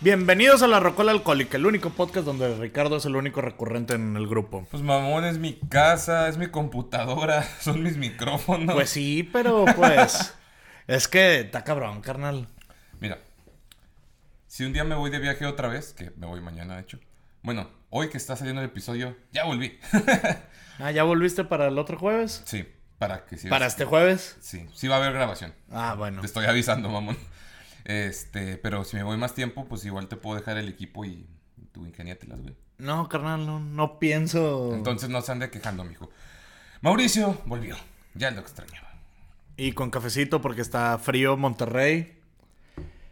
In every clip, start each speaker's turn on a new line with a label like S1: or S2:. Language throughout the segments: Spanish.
S1: Bienvenidos a La Rocola Alcohólica, el único podcast donde Ricardo es el único recurrente en el grupo.
S2: Pues mamón, es mi casa, es mi computadora, son mis micrófonos.
S1: Pues sí, pero pues. es que está cabrón, carnal.
S2: Mira, si un día me voy de viaje otra vez, que me voy mañana de hecho, bueno, hoy que está saliendo el episodio, ya volví.
S1: Ah, ¿ya volviste para el otro jueves?
S2: sí, para que sí.
S1: ¿Para este jueves?
S2: Sí, sí va a haber grabación.
S1: Ah, bueno.
S2: Te estoy avisando, mamón. Este, pero si me voy más tiempo, pues igual te puedo dejar el equipo y tú ingeniátelas, güey.
S1: No, carnal, no, no pienso.
S2: Entonces no se ande quejando, mijo. Mauricio volvió. Ya lo extrañaba.
S1: Y con cafecito porque está frío Monterrey.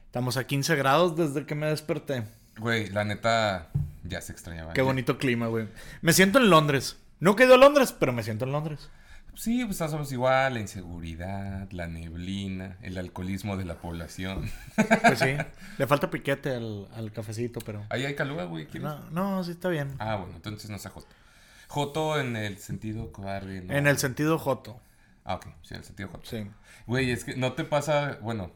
S1: Estamos a 15 grados desde que me desperté.
S2: Güey, la neta ya se extrañaba.
S1: Qué
S2: Ah, Ya-
S1: bonito clima, güey. Me siento en Londres. Nunca he ido a Londres, pero me siento en Londres.
S2: Sí, pues estamos igual, la inseguridad, la neblina, el alcoholismo de la población.
S1: Pues sí. Le falta piquete al, al cafecito, pero.
S2: Ahí hay calúa, güey. ¿quieres?
S1: No, no, sí está bien.
S2: Ah, bueno, entonces no sea Joto. Joto en el sentido cobarde. ¿no?
S1: En el sentido joto.
S2: Ah, ok, sí, en el sentido Joto.
S1: Sí.
S2: Güey, es que no te pasa, bueno,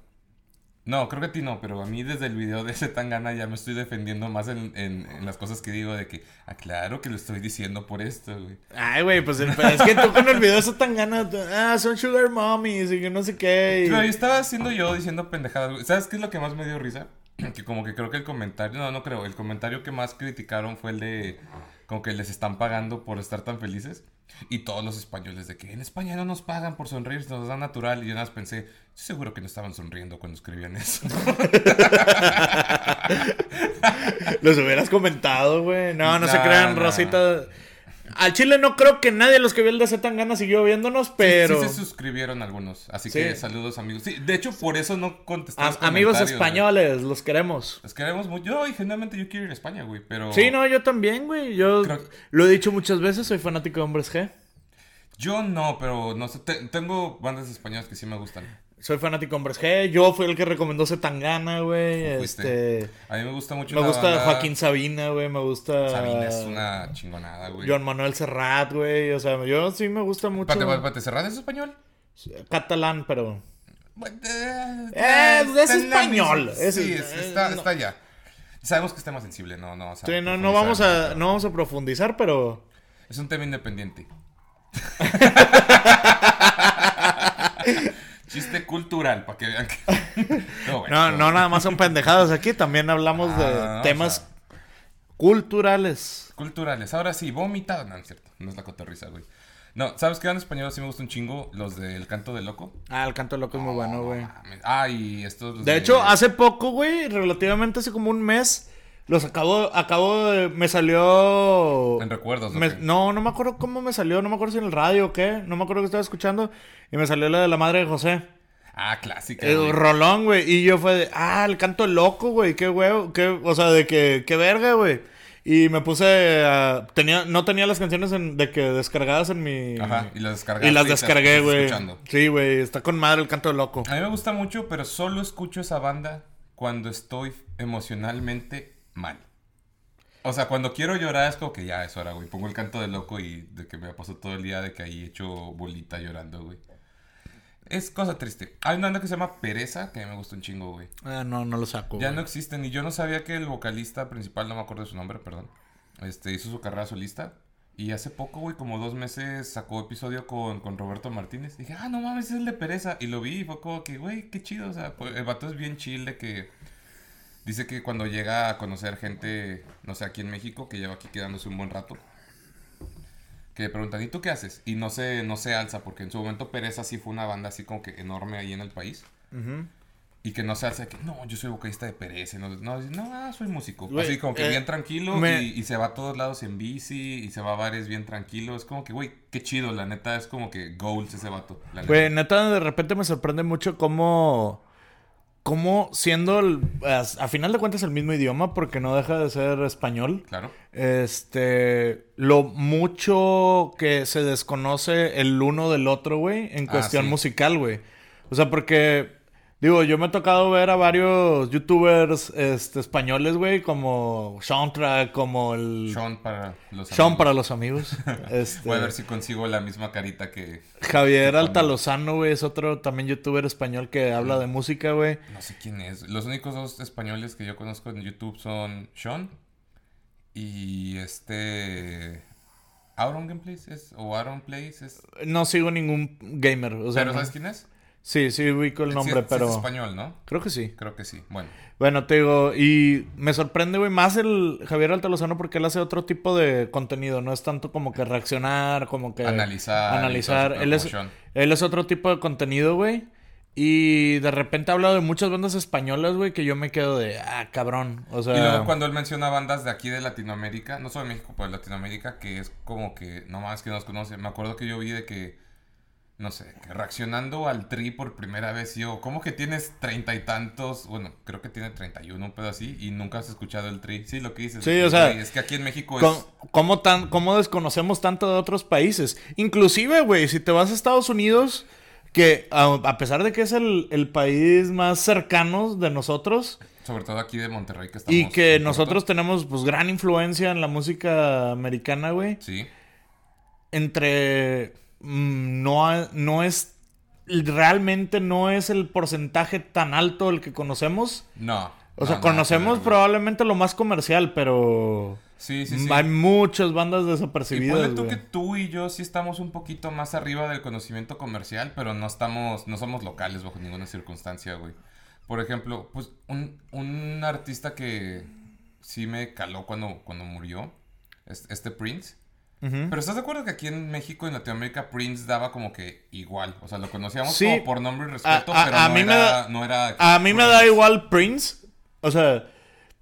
S2: no, creo que a ti no, pero a mí desde el video de ese Tangana ya me estoy defendiendo más en, en- en las cosas que digo de que, ah, claro que lo estoy diciendo por esto, güey.
S1: Ay, güey, pues el- pero es que tú con el video eso tan ganas. Ah, son sugar mommies y que no sé qué. y-
S2: Pero yo estaba haciendo yo diciendo pendejadas, güey. ¿Sabes qué es lo que más me dio risa? Que como que creo que el comentario, no, no creo, el comentario que más criticaron fue el de como que les están pagando por estar tan felices. Y todos los españoles de que en España no nos pagan por sonreír, nos dan natural. Y yo nada más pensé, estoy seguro que no estaban sonriendo cuando escribían eso.
S1: Los hubieras comentado, güey. No, no se
S2: Nah,
S1: crean,
S2: nah.
S1: Rosita. Al chile no creo que nadie de los que vio el de tan ganas siguió viéndonos, pero.
S2: Sí, se suscribieron algunos, así
S1: Sí.
S2: que saludos amigos. Sí, de hecho por eso no contesté
S1: A-
S2: los
S1: amigos
S2: comentarios, güey.
S1: españoles, los queremos.
S2: Los queremos mucho. Yo, y generalmente yo quiero ir a España, güey, pero...
S1: Sí, no, yo también, güey. Yo
S2: Creo-
S1: lo he dicho muchas veces, soy fanático de hombres G.
S2: Yo no, pero no sé, te- tengo bandas españolas que sí me gustan.
S1: Soy fanático de hombres G. Yo fui el que recomendó Zetangana, güey.
S2: Fuiste.
S1: Este.
S2: A mí me gusta mucho
S1: Me
S2: la
S1: gusta
S2: banda-
S1: Joaquín Sabina, güey. Me gusta.
S2: Sabina es una chingonada, güey.
S1: Joan Manuel Serrat, güey. O sea, yo sí me gusta mucho.
S2: Espérate, espérate, espérate, ¿Serrat es español? Pues,
S1: Catalán, pero.
S2: Eh,
S1: pues, es
S2: está en la
S1: español,
S2: misma-
S1: es-
S2: Sí, es-
S1: eh,
S2: está,
S1: no.
S2: está allá. Sabemos que es tema sensible, no, no. o sea,
S1: Sí, no, no
S2: profundizar,
S1: vamos a, no vamos a profundizar, pero.
S2: Es un tema independiente. Chiste cultural, para que vean que... No, bueno,
S1: No,
S2: pero-
S1: no nada más son pendejadas aquí. También hablamos
S2: Ah,
S1: de
S2: o
S1: temas
S2: sea.
S1: culturales. Culturales.
S2: Culturales. Ahora sí, vomitado. No, no es cierto. No es la cotorriza, güey. No, ¿sabes qué? En español sí me gusta un chingo los del canto del loco.
S1: Ah, el canto loco es muy bueno, güey.
S2: Mames. Ah, y estos... los
S1: De hecho, hace poco, güey, relativamente hace como un mes, los acabo, acabo de. Me salió.
S2: En recuerdos,
S1: me-
S2: ¿o qué?
S1: no, no me acuerdo cómo me salió, no me acuerdo si en el radio o qué, no me acuerdo que estaba escuchando, y me salió la de la madre de José.
S2: Ah, clásica.
S1: El
S2: güey.
S1: rolón, güey. Y yo fue de, ah, el canto loco, güey. Qué huevo, qué, o sea, de que, qué verga, güey. Y me puse a- tenía, no tenía las canciones en- de que descargadas en mi.
S2: Ajá, y las descargaste
S1: Y las
S2: y las
S1: descargué,
S2: estás
S1: güey.
S2: escuchando. Ah,
S1: Sí, güey, está con madre el canto loco.
S2: A mí me gusta mucho, pero solo escucho esa banda cuando estoy emocionalmente mal. O sea, cuando quiero llorar es como que ya es hora, güey. Pongo el canto del loco y de que me pasó todo el día de que ahí hecho bolita llorando, güey. Es cosa triste. Hay una banda que se llama Pereza, que a mí me gusta un chingo, güey.
S1: Ah, no, no lo saco.
S2: Ya
S1: güey.
S2: no existen y yo no sabía que el vocalista principal, no me acuerdo de su nombre, perdón, este, hizo su carrera solista. Y hace poco, güey, como dos meses, sacó episodio con, con Roberto Martínez. Dije, ah, no mames, es el de Pereza. Y lo vi y fue como que, güey, qué chido. O sea, pues, el vato es bien chill de que... Dice que cuando llega a conocer gente, no sé, aquí en México, que lleva aquí quedándose un buen rato, que le preguntan, ¿y tú qué haces? Y no se, no se alza, porque en su momento Pereza sí fue una banda así como que enorme ahí en el país.
S1: Ujú.
S2: Y que no se hace que, no, yo soy vocalista de pereza. No, no, dice, no ah, soy músico.
S1: Güey,
S2: Así como que
S1: eh,
S2: bien tranquilo
S1: me-
S2: y, y se va a todos lados en bici y se va a bares bien tranquilo. Es como que, güey, qué chido, la neta. Es como que goals ese vato. La neta.
S1: Güey, neta, de repente me sorprende mucho cómo. Cómo siendo, el- a, a final de cuentas, el mismo idioma, porque no deja de ser español.
S2: Claro.
S1: Este, lo mucho que se desconoce el uno del otro, güey, en
S2: Ah,
S1: cuestión
S2: sí.
S1: musical, güey. O sea, porque Digo, yo me ha tocado ver a varios youtubers este, españoles, güey, como Track, como el...
S2: Sean para los
S1: Sean
S2: amigos.
S1: para los amigos. Este,
S2: Voy a ver si consigo la misma carita que...
S1: Javier Altalozano, güey, es otro también youtuber español que habla de música, güey.
S2: No sé quién es. Los únicos dos españoles que yo conozco en YouTube son Sean y este... Aaron Gameplays es... O Aaron Plays es...
S1: No sigo ningún gamer. O sea,
S2: Pero
S1: no-
S2: ¿sabes quién es?
S1: Sí, sí ubico el
S2: Sí,
S1: nombre,
S2: sí
S1: pero...
S2: es español, ¿no?
S1: Creo que sí.
S2: Creo que sí. Bueno.
S1: Bueno, te digo, y me sorprende, güey, más el Javier Altalozano porque él hace otro tipo de contenido. No es tanto como que reaccionar, como que...
S2: Analizar y
S1: Eh, Analizar.
S2: todo eso,
S1: Él es,
S2: como Sean.
S1: él es otro tipo de contenido, güey. Y de repente ha hablado de muchas bandas españolas, güey, que yo me quedo de, ah, cabrón. O sea...
S2: Y luego cuando él menciona bandas de aquí de Latinoamérica, no solo de México, pero de Latinoamérica, que es como que, no más que nos conoce. Me acuerdo que yo vi de que, no sé, que reaccionando al tri por primera vez, y yo, ¿cómo que tienes treinta y tantos? Bueno, creo que tiene treinta y uno, pero así, y nunca has escuchado el tri. Sí, lo que dices.
S1: Sí,
S2: de que,
S1: o sea,
S2: güey, Es que aquí en México
S1: Co-
S2: es...
S1: ¿Cómo, tan, ¿Cómo desconocemos tanto de otros países? Inclusive, güey, si te vas a Estados Unidos, que a, a pesar de que es el, el país más cercano de nosotros
S2: Sobre todo aquí de Monterrey que estamos...
S1: y que
S2: en corto.
S1: nosotros tenemos pues gran influencia en la música americana, güey,
S2: Sí.
S1: entre... mm, No, ha- no es... Realmente no es el porcentaje tan alto el que conocemos.
S2: No.
S1: O
S2: Ah, no,
S1: sea,
S2: nada que
S1: conocemos
S2: ver, güey.
S1: probablemente lo más comercial, pero...
S2: Sí, sí, sí.
S1: Hay muchas bandas
S2: Y
S1: desapercibidas.
S2: ponle tú
S1: güey.
S2: que tú y yo sí estamos un poquito más arriba del conocimiento comercial, pero no estamos, no somos locales bajo ninguna circunstancia, güey. Por ejemplo, pues un, un artista que sí me caló cuando, cuando murió, es- este Prince.
S1: Ujú.
S2: Pero ¿estás de acuerdo que aquí en México y en Latinoamérica Prince daba como que igual? O sea, lo conocíamos
S1: Sí.
S2: como por nombre y respeto,
S1: a-
S2: pero
S1: a
S2: no,
S1: mí me
S2: era,
S1: da-
S2: no era...
S1: A mí me da igual Prince. O sea,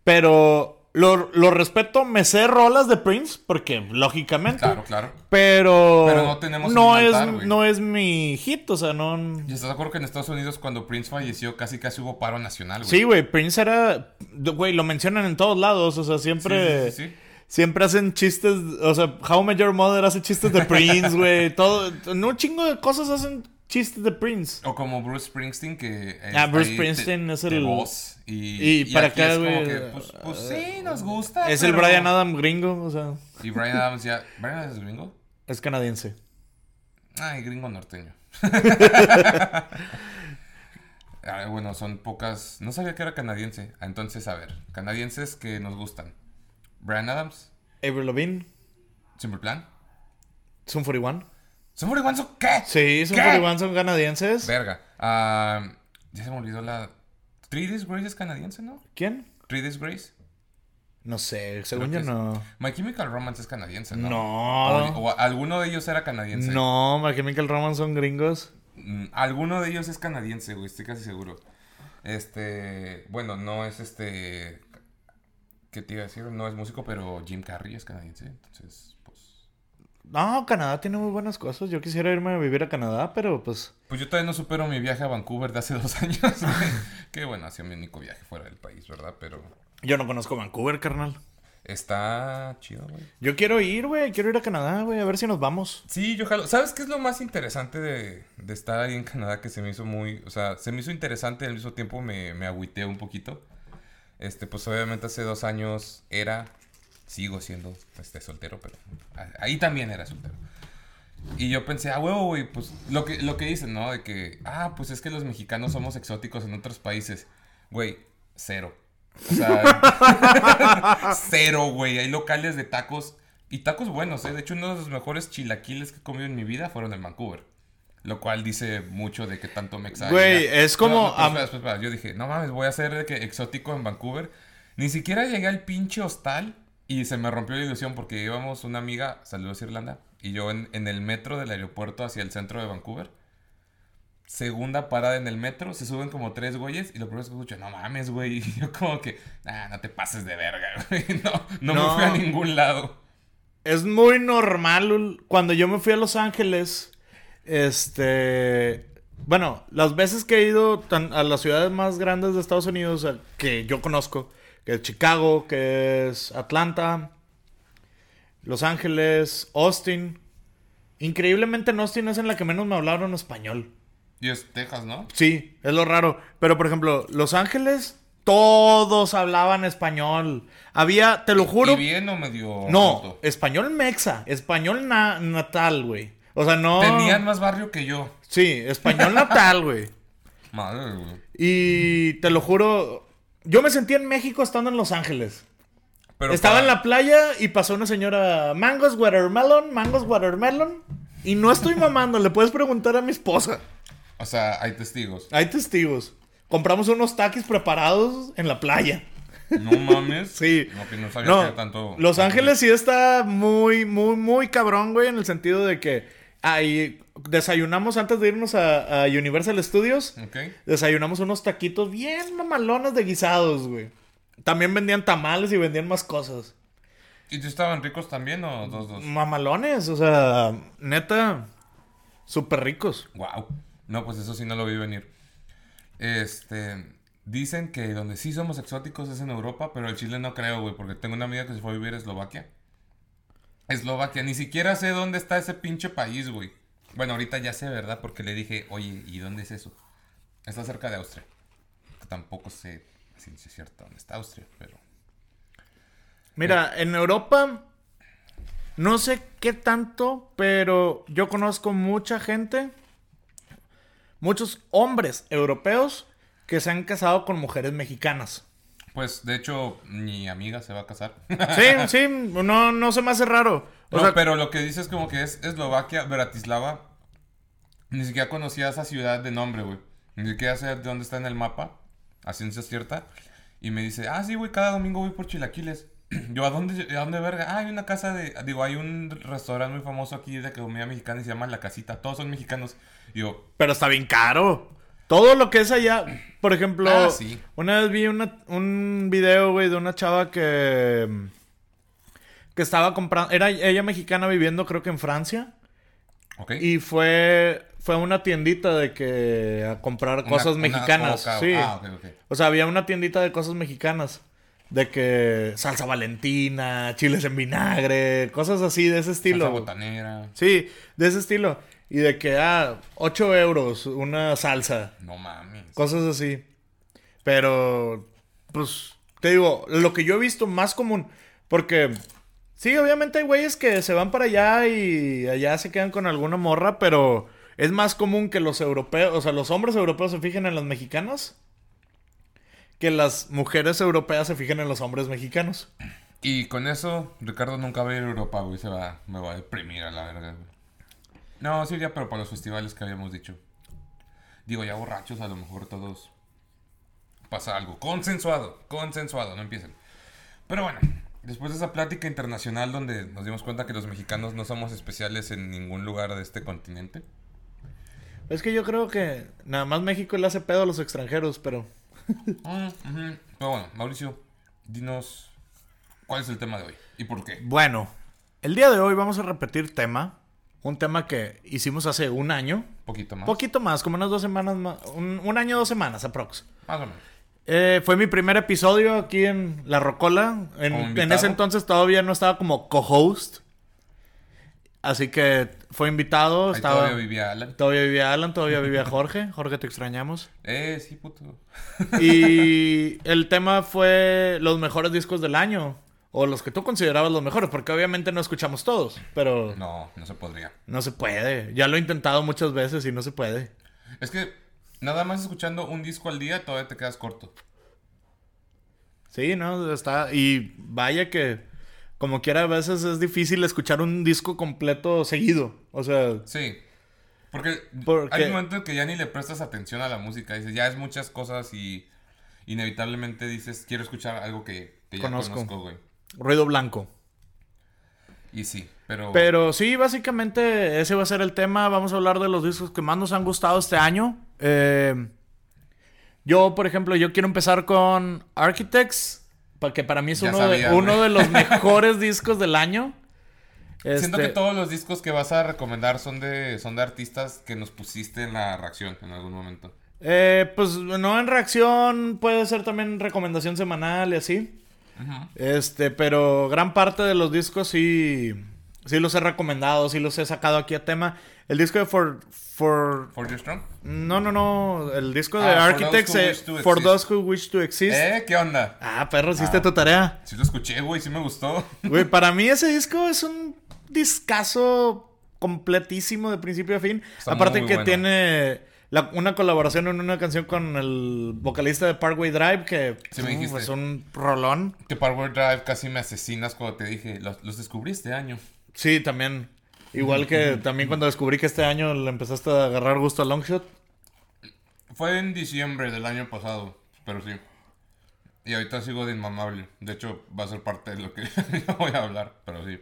S1: pero lo, lo respeto, me sé rolas de Prince, porque lógicamente.
S2: Claro, claro.
S1: Pero,
S2: Pero no tenemos
S1: no
S2: en el
S1: es,
S2: altar, güey.
S1: no es mi hit, o sea, no.
S2: ¿Y estás de acuerdo que en Estados Unidos cuando Prince falleció casi casi hubo paro nacional, güey?
S1: Sí, güey, Prince era. Güey, lo mencionan en todos lados, o sea, siempre.
S2: Sí, sí, sí, sí.
S1: Siempre hacen chistes, o sea, How I Met Your Mother hace chistes de Prince, güey, todo. en Un chingo de cosas hacen chistes de Prince.
S2: O como Bruce Springsteen, que. eh,
S1: Ah, Bruce
S2: ahí
S1: Springsteen es
S2: de
S1: el-
S2: voz, y,
S1: Y para
S2: aquí
S1: acá,
S2: es como
S1: güey, eh,
S2: que, pues, pues sí, nos gusta.
S1: Es el
S2: pero-
S1: Brian Adam gringo, o sea,
S2: Y Brian Adams ya. ¿Brian Adams es gringo?
S1: es canadiense.
S2: Ay, gringo norteño. Ay, bueno, son pocas. No sabía que era canadiense. Ah, Entonces, a ver, canadienses que nos gustan: Brian Adams,
S1: Avril Lavigne,
S2: Simple Plan.
S1: Sun 41.
S2: ¿Son marihuanos o qué?
S1: Sí, son
S2: ¿Qué?
S1: Furibán, son canadienses.
S2: Verga. Ah, ya se me olvidó la. Three Days Grace es canadiense, ¿no?
S1: ¿Quién?
S2: Three Days Grace.
S1: No sé, según yo
S2: Creo que es-
S1: no.
S2: My Chemical Romance es canadiense, ¿no? O,
S1: No.
S2: o alguno de ellos era canadiense.
S1: No, My Chemical Romance son gringos.
S2: Mm, Alguno de ellos es canadiense, güey, estoy casi seguro. Este, bueno, no es este... ¿Qué te iba a decir? No es músico, pero Jim Carrey es canadiense, entonces, pues...
S1: No, Canadá tiene muy buenas cosas. Yo quisiera irme a vivir a Canadá, pero pues.
S2: Pues yo todavía no supero mi viaje a Vancouver de hace dos años. güey. que bueno, ha sido mi único viaje fuera del país, ¿verdad? Pero
S1: Yo no conozco Vancouver, carnal.
S2: está chido, güey.
S1: Yo quiero ir, güey. Quiero ir a Canadá, güey. A ver si nos vamos.
S2: Sí, yo jalo. ¿Sabes qué es lo más interesante de, de estar ahí en Canadá? Que se me hizo muy. O sea, se me hizo interesante y al mismo tiempo me, me agüité un poquito. Este, pues obviamente hace dos años era. Sigo siendo este, soltero, pero. a- Ahí también era soltero. Y yo pensé, ah, huevo, güey, pues lo que, lo que dicen, ¿no? De que, ah, pues es que los mexicanos somos exóticos en otros países. Güey, cero. O sea, cero, güey. Hay locales de tacos y tacos buenos, ¿eh? De hecho, uno de los mejores chilaquiles que he comido en mi vida fueron en Vancouver. Lo cual dice mucho de que tanto me exagera.
S1: Güey, es como-
S2: No, no, pero
S1: am-
S2: espera, espera, espera. Yo dije, no mames, voy a ser de que exótico en Vancouver. Ni siquiera llegué al pinche hostal y se me rompió la ilusión porque íbamos una amiga, saludos Irlanda, y yo en, en el metro del aeropuerto hacia el centro de Vancouver. Segunda parada en el metro, se suben como tres güeyes y lo primero que escucho, no mames, güey. Y yo como que, ah, no te pases de verga, güey. No, no, me
S1: No.
S2: fui a ningún lado.
S1: Es muy normal. ul- Cuando yo me fui a Los Ángeles, este. Bueno, las veces que he ido tan- a las ciudades más grandes de Estados Unidos a- que yo conozco, que es Chicago, que es Atlanta, Los Ángeles, Austin. Increíblemente en Austin es en la que menos me hablaron español.
S2: Y es Texas, ¿no?
S1: Sí, es lo raro. Pero por ejemplo, Los Ángeles, todos hablaban español. Había, te lo juro.
S2: ¿Y bien o medio
S1: No,
S2: roto?
S1: español mexa, español na- natal, güey. O sea, no.
S2: Tenían más barrio que yo.
S1: Sí, español natal, güey.
S2: Madre, güey.
S1: Y te lo juro, yo me sentí en México estando en Los Ángeles.
S2: Pero
S1: Estaba
S2: para-
S1: en la playa y pasó una señora, mangos watermelon, mangos watermelon. Y no estoy mamando, le puedes preguntar a mi esposa.
S2: O sea, hay testigos.
S1: Hay testigos. Compramos unos taquis preparados en la playa.
S2: No mames.
S1: Sí.
S2: No, que no sabía que
S1: No,
S2: era tanto.
S1: Los
S2: tanto-
S1: Ángeles sí está muy, muy, muy cabrón, güey, en el sentido de que ahí desayunamos antes de irnos a, a Universal Studios.
S2: Ok.
S1: Desayunamos unos taquitos bien mamalones de guisados, güey. También vendían tamales y vendían más cosas.
S2: ¿Y tú estaban ricos también o dos, dos?
S1: Mamalones, o sea, neta, súper ricos.
S2: Wow. No, pues eso sí no lo vi venir. Este. Dicen que donde sí somos exóticos es en Europa, pero el Chile no creo, güey, porque tengo una amiga que se fue a vivir a Eslovaquia. Eslovaquia, ni siquiera sé dónde está ese pinche país, güey. Bueno, ahorita ya sé, ¿verdad? Porque le dije, oye, ¿y dónde es eso? Está cerca de Austria. Tampoco sé a ciencia cierta dónde está Austria, pero.
S1: Mira,
S2: Eh.
S1: en Europa, no sé qué tanto, pero yo conozco mucha gente, muchos hombres europeos que se han casado con mujeres mexicanas.
S2: Pues, de hecho, mi amiga se va a casar.
S1: Sí, sí, no, no se me hace raro. O
S2: No,
S1: sea,
S2: pero lo que dices como que es Eslovaquia, Bratislava. Ni siquiera conocía esa ciudad de nombre, güey. Ni siquiera sé de dónde está en el mapa, a ciencia cierta. Y me dice, ah, sí, güey, cada domingo voy por chilaquiles. Yo, ¿a dónde, a dónde verga? Ah, hay una casa de... Digo, hay un restaurante muy famoso aquí de comida mexicana y se llama La Casita. Todos son mexicanos. Y yo,
S1: pero está bien caro. Todo lo que es allá, por ejemplo,
S2: Ah, sí.
S1: una vez vi una- un video, güey, de una chava que, que estaba comprando, era ella mexicana viviendo creo que en Francia.
S2: ok.
S1: Y fue, fue a una tiendita de que a comprar
S2: Una-
S1: cosas
S2: una
S1: mexicanas.
S2: coca o-
S1: sí.
S2: Ah, ok, ok.
S1: O sea, había una tiendita de cosas mexicanas. De que salsa valentina, chiles en vinagre, cosas así de ese
S2: Salsa
S1: estilo.
S2: botanera.
S1: Sí, de ese estilo. Y de que, ah, 8 euros una salsa,
S2: No mames.
S1: cosas así. Pero, pues, te digo, lo que yo he visto más común, porque, sí, obviamente hay güeyes que se van para allá y allá se quedan con alguna morra, pero es más común que los europeos, o sea, los hombres europeos se fijen en las mexicanas que las mujeres europeas se fijen en los hombres mexicanos.
S2: Y con eso, Ricardo nunca va a ir a Europa, güey. Se va, me va a deprimir a la verga, güey. No, sí iría, pero para los festivales que habíamos dicho. Digo, ya borrachos, a lo mejor todos pasa algo. Consensuado, consensuado, no empiecen. Pero bueno, después de esa plática internacional donde nos dimos cuenta que los mexicanos no somos especiales en ningún lugar de este continente.
S1: Es que yo creo que nada más México le hace pedo a los extranjeros, pero...
S2: Mm, ujú. Pero bueno, Mauricio, dinos cuál es el tema de hoy y por qué.
S1: Bueno, el día de hoy vamos a repetir tema, un tema que hicimos hace un año,
S2: Un poquito más.
S1: poquito más, como unas dos semanas más, un, un año, dos semanas aprox.
S2: Más o menos.
S1: Eh, fue mi primer episodio aquí en La Rocola, en,
S2: Como
S1: en
S2: invitado.
S1: ese entonces todavía no estaba como co-host, así que fue invitado,
S2: Ahí
S1: Pues estaba...
S2: todavía vivía Alan.
S1: Todavía vivía Alan, todavía vivía Jorge. Jorge, te extrañamos.
S2: Eh, sí, puto.
S1: Y el tema fue los mejores discos del año. O los que tú considerabas los mejores, porque obviamente no escuchamos todos, pero...
S2: No, no se podría.
S1: No se puede. Ya lo he intentado muchas veces y no se puede.
S2: Es que nada más escuchando un disco al día todavía te quedas corto.
S1: Sí, no, está. Y vaya que, como quiera, a veces es difícil escuchar un disco completo seguido. O sea,
S2: Sí. Porque
S1: Porque-
S2: hay un momento en que ya ni le prestas atención a la música. Dices, ya es muchas cosas y inevitablemente dices, quiero escuchar algo que, que ya
S1: Conozco.
S2: conozco. güey.
S1: ruido blanco.
S2: Y sí, pero...
S1: Pero sí, básicamente ese va a ser el tema. Vamos a hablar de los discos que más nos han gustado este año. Eh, yo, por ejemplo, yo quiero empezar con Architects, pa- que para mí es
S2: Ya
S1: uno,
S2: sabía,
S1: de,
S2: güey.
S1: uno de los mejores discos del año.
S2: Siento
S1: Este-
S2: que todos los discos que vas a recomendar son de, son de artistas que nos pusiste en la reacción en algún momento.
S1: Eh, pues no en reacción, puede ser también recomendación semanal y así.
S2: Ujú.
S1: Este, pero gran parte de los discos sí Sí los he recomendado, sí los he sacado aquí a tema. El disco de For... For...
S2: For Your Strong.
S1: No, no, no. El disco de
S2: Ah, For
S1: Architects,
S2: Those
S1: eh,
S2: Who Wish to
S1: For
S2: Exist.
S1: Those Who Wish to Exist.
S2: ¿Eh? ¿Qué onda?
S1: Ah, perro, hiciste tu tarea.
S2: Sí lo escuché, güey, sí me gustó.
S1: Güey, para mí ese disco es un discazo completísimo de principio a fin.
S2: Está
S1: Aparte
S2: muy
S1: que
S2: bueno.
S1: tiene la- una colaboración en una canción con el vocalista de Parkway Drive, que
S2: Sí me
S1: uf,
S2: dijiste.
S1: es un rolón.
S2: Que Power Drive casi me asesinas cuando te dije, los, los descubrí este año.
S1: Sí, también. Igual que también cuando descubrí que este año le empezaste a agarrar gusto a Longshot.
S2: Fue en diciembre del año pasado, pero sí. Y ahorita sigo de inmamable. De hecho, va a ser parte de lo que yo voy a hablar, pero sí.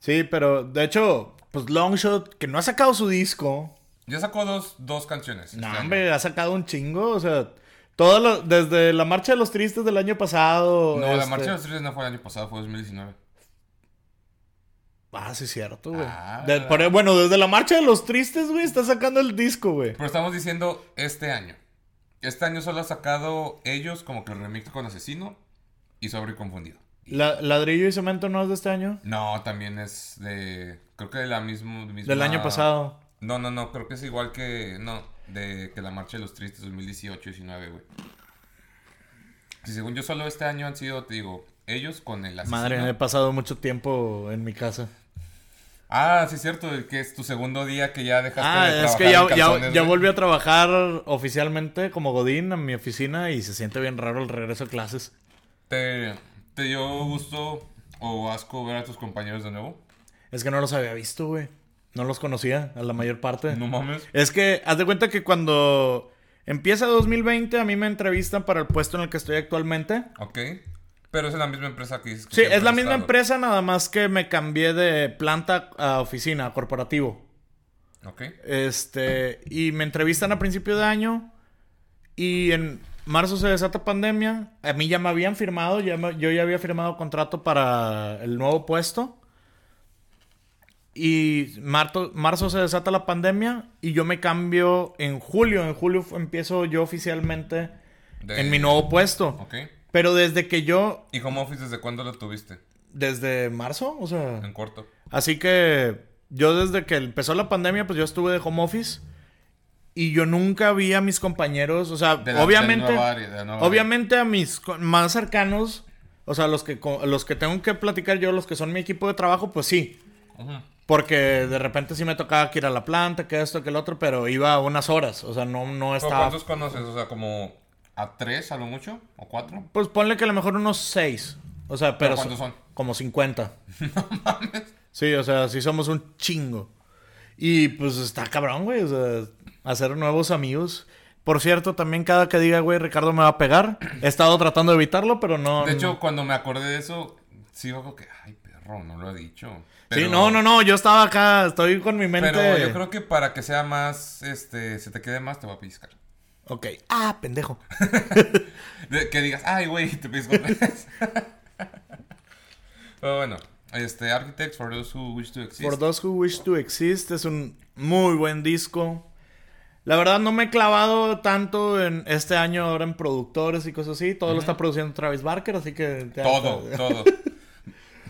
S1: Sí, pero de hecho, pues Longshot, que no ha sacado su disco,
S2: Ya sacó dos, dos canciones.
S1: No,
S2: este año.
S1: hombre, ha sacado un chingo. O sea, todo lo- desde la Marcha de los Tristes del año pasado.
S2: No, la
S1: este-
S2: marcha de los tristes no fue el año pasado, fue 2019.
S1: Ah, sí, cierto, güey.
S2: Ah,
S1: De-
S2: ¿verdad?
S1: por- e, bueno, desde la Marcha de los Tristes, güey, está sacando el disco, güey.
S2: Pero estamos diciendo este año. Este año solo ha sacado ellos como que el remix con Asesino y Sobre y Confundido.
S1: La- ladrillo y Cemento no es de este año.
S2: No, también es de. Creo que de la mismo- misma.
S1: Del año pasado.
S2: No, no, no, creo que es igual que. No, de que la Marcha de los Tristes 2018-19, güey. Si según yo, solo este año han sido, te digo, ellos con el asesino.
S1: Madre, he pasado mucho tiempo en mi casa.
S2: Ah, sí, es cierto, el que es tu segundo día que ya dejaste
S1: Ah,
S2: de
S1: es
S2: trabajar
S1: que
S2: en
S1: ya, ya-
S2: calzones,
S1: ya
S2: güey.
S1: volví a trabajar oficialmente como Godín en mi oficina y se siente bien raro el regreso a clases.
S2: ¿Te, ¿Te dio gusto o asco ver a tus compañeros de nuevo?
S1: Es que no los había visto, güey. No los conocía a la mayor parte.
S2: No mames.
S1: Es que, haz de cuenta que cuando empieza 2020, a mí me entrevistan para el puesto en el que estoy actualmente.
S2: Ok. Pero es la misma empresa que dices que
S1: Sí,
S2: siempre
S1: es la
S2: has
S1: misma
S2: estado.
S1: empresa, nada más que me cambié de planta a oficina, a corporativo.
S2: Ok.
S1: Este, y me entrevistan a principio de año. Y en marzo se desata pandemia. A mí ya me habían firmado, ya me- yo ya había firmado contrato para el nuevo puesto. Y marzo, marzo se desata la pandemia y yo me cambio en julio. En julio fu- empiezo yo oficialmente
S2: De-
S1: en mi nuevo puesto.
S2: Ok.
S1: Pero desde que yo,
S2: ¿Y home office desde cuándo lo tuviste?
S1: desde marzo, o sea...
S2: En corto.
S1: Así que yo desde que empezó la pandemia, pues yo estuve de home office y yo nunca vi a mis compañeros, o sea,
S2: De la-
S1: obviamente,
S2: de la nueva área, de la nueva área.
S1: obviamente a mis co- más cercanos, o sea, los que co- los que tengo que platicar yo, los que son mi equipo de trabajo, pues sí,
S2: Ujú.
S1: porque de repente sí me tocaba que ir a la planta, que esto, que el otro, pero iba unas horas, o sea, no no
S2: ¿Pero
S1: estaba.
S2: ¿Cuántos conoces? O sea, como a tres a lo mucho o cuatro.
S1: Pues ponle que a lo mejor unos seis, o sea, pero,
S2: ¿Pero cuántos son?
S1: Como 50. Sí, o sea, sí somos un chingo. Y pues está cabrón, güey. O sea, hacer nuevos amigos. Por cierto, también cada que diga, güey, Ricardo me va a pegar. He estado tratando de evitarlo, pero no.
S2: De hecho, cuando me acordé de eso, sí, como que, ay, perro, no lo he dicho.
S1: Sí, no, no, no. Yo estaba acá, estoy con mi mente.
S2: Pero yo creo que para que sea más, este, se te quede más, te va a piscar.
S1: Ok. Ah, pendejo.
S2: De- que digas, ay, güey, te pisco otra vez. Pero bueno, este, Architects for Those Who Wish to Exist.
S1: For Those Who Wish to Exist es un muy buen disco. La verdad no me he clavado tanto en este año ahora en productores y cosas así. Todo lo está produciendo Travis Barker, así que... te-
S2: Todo, todo.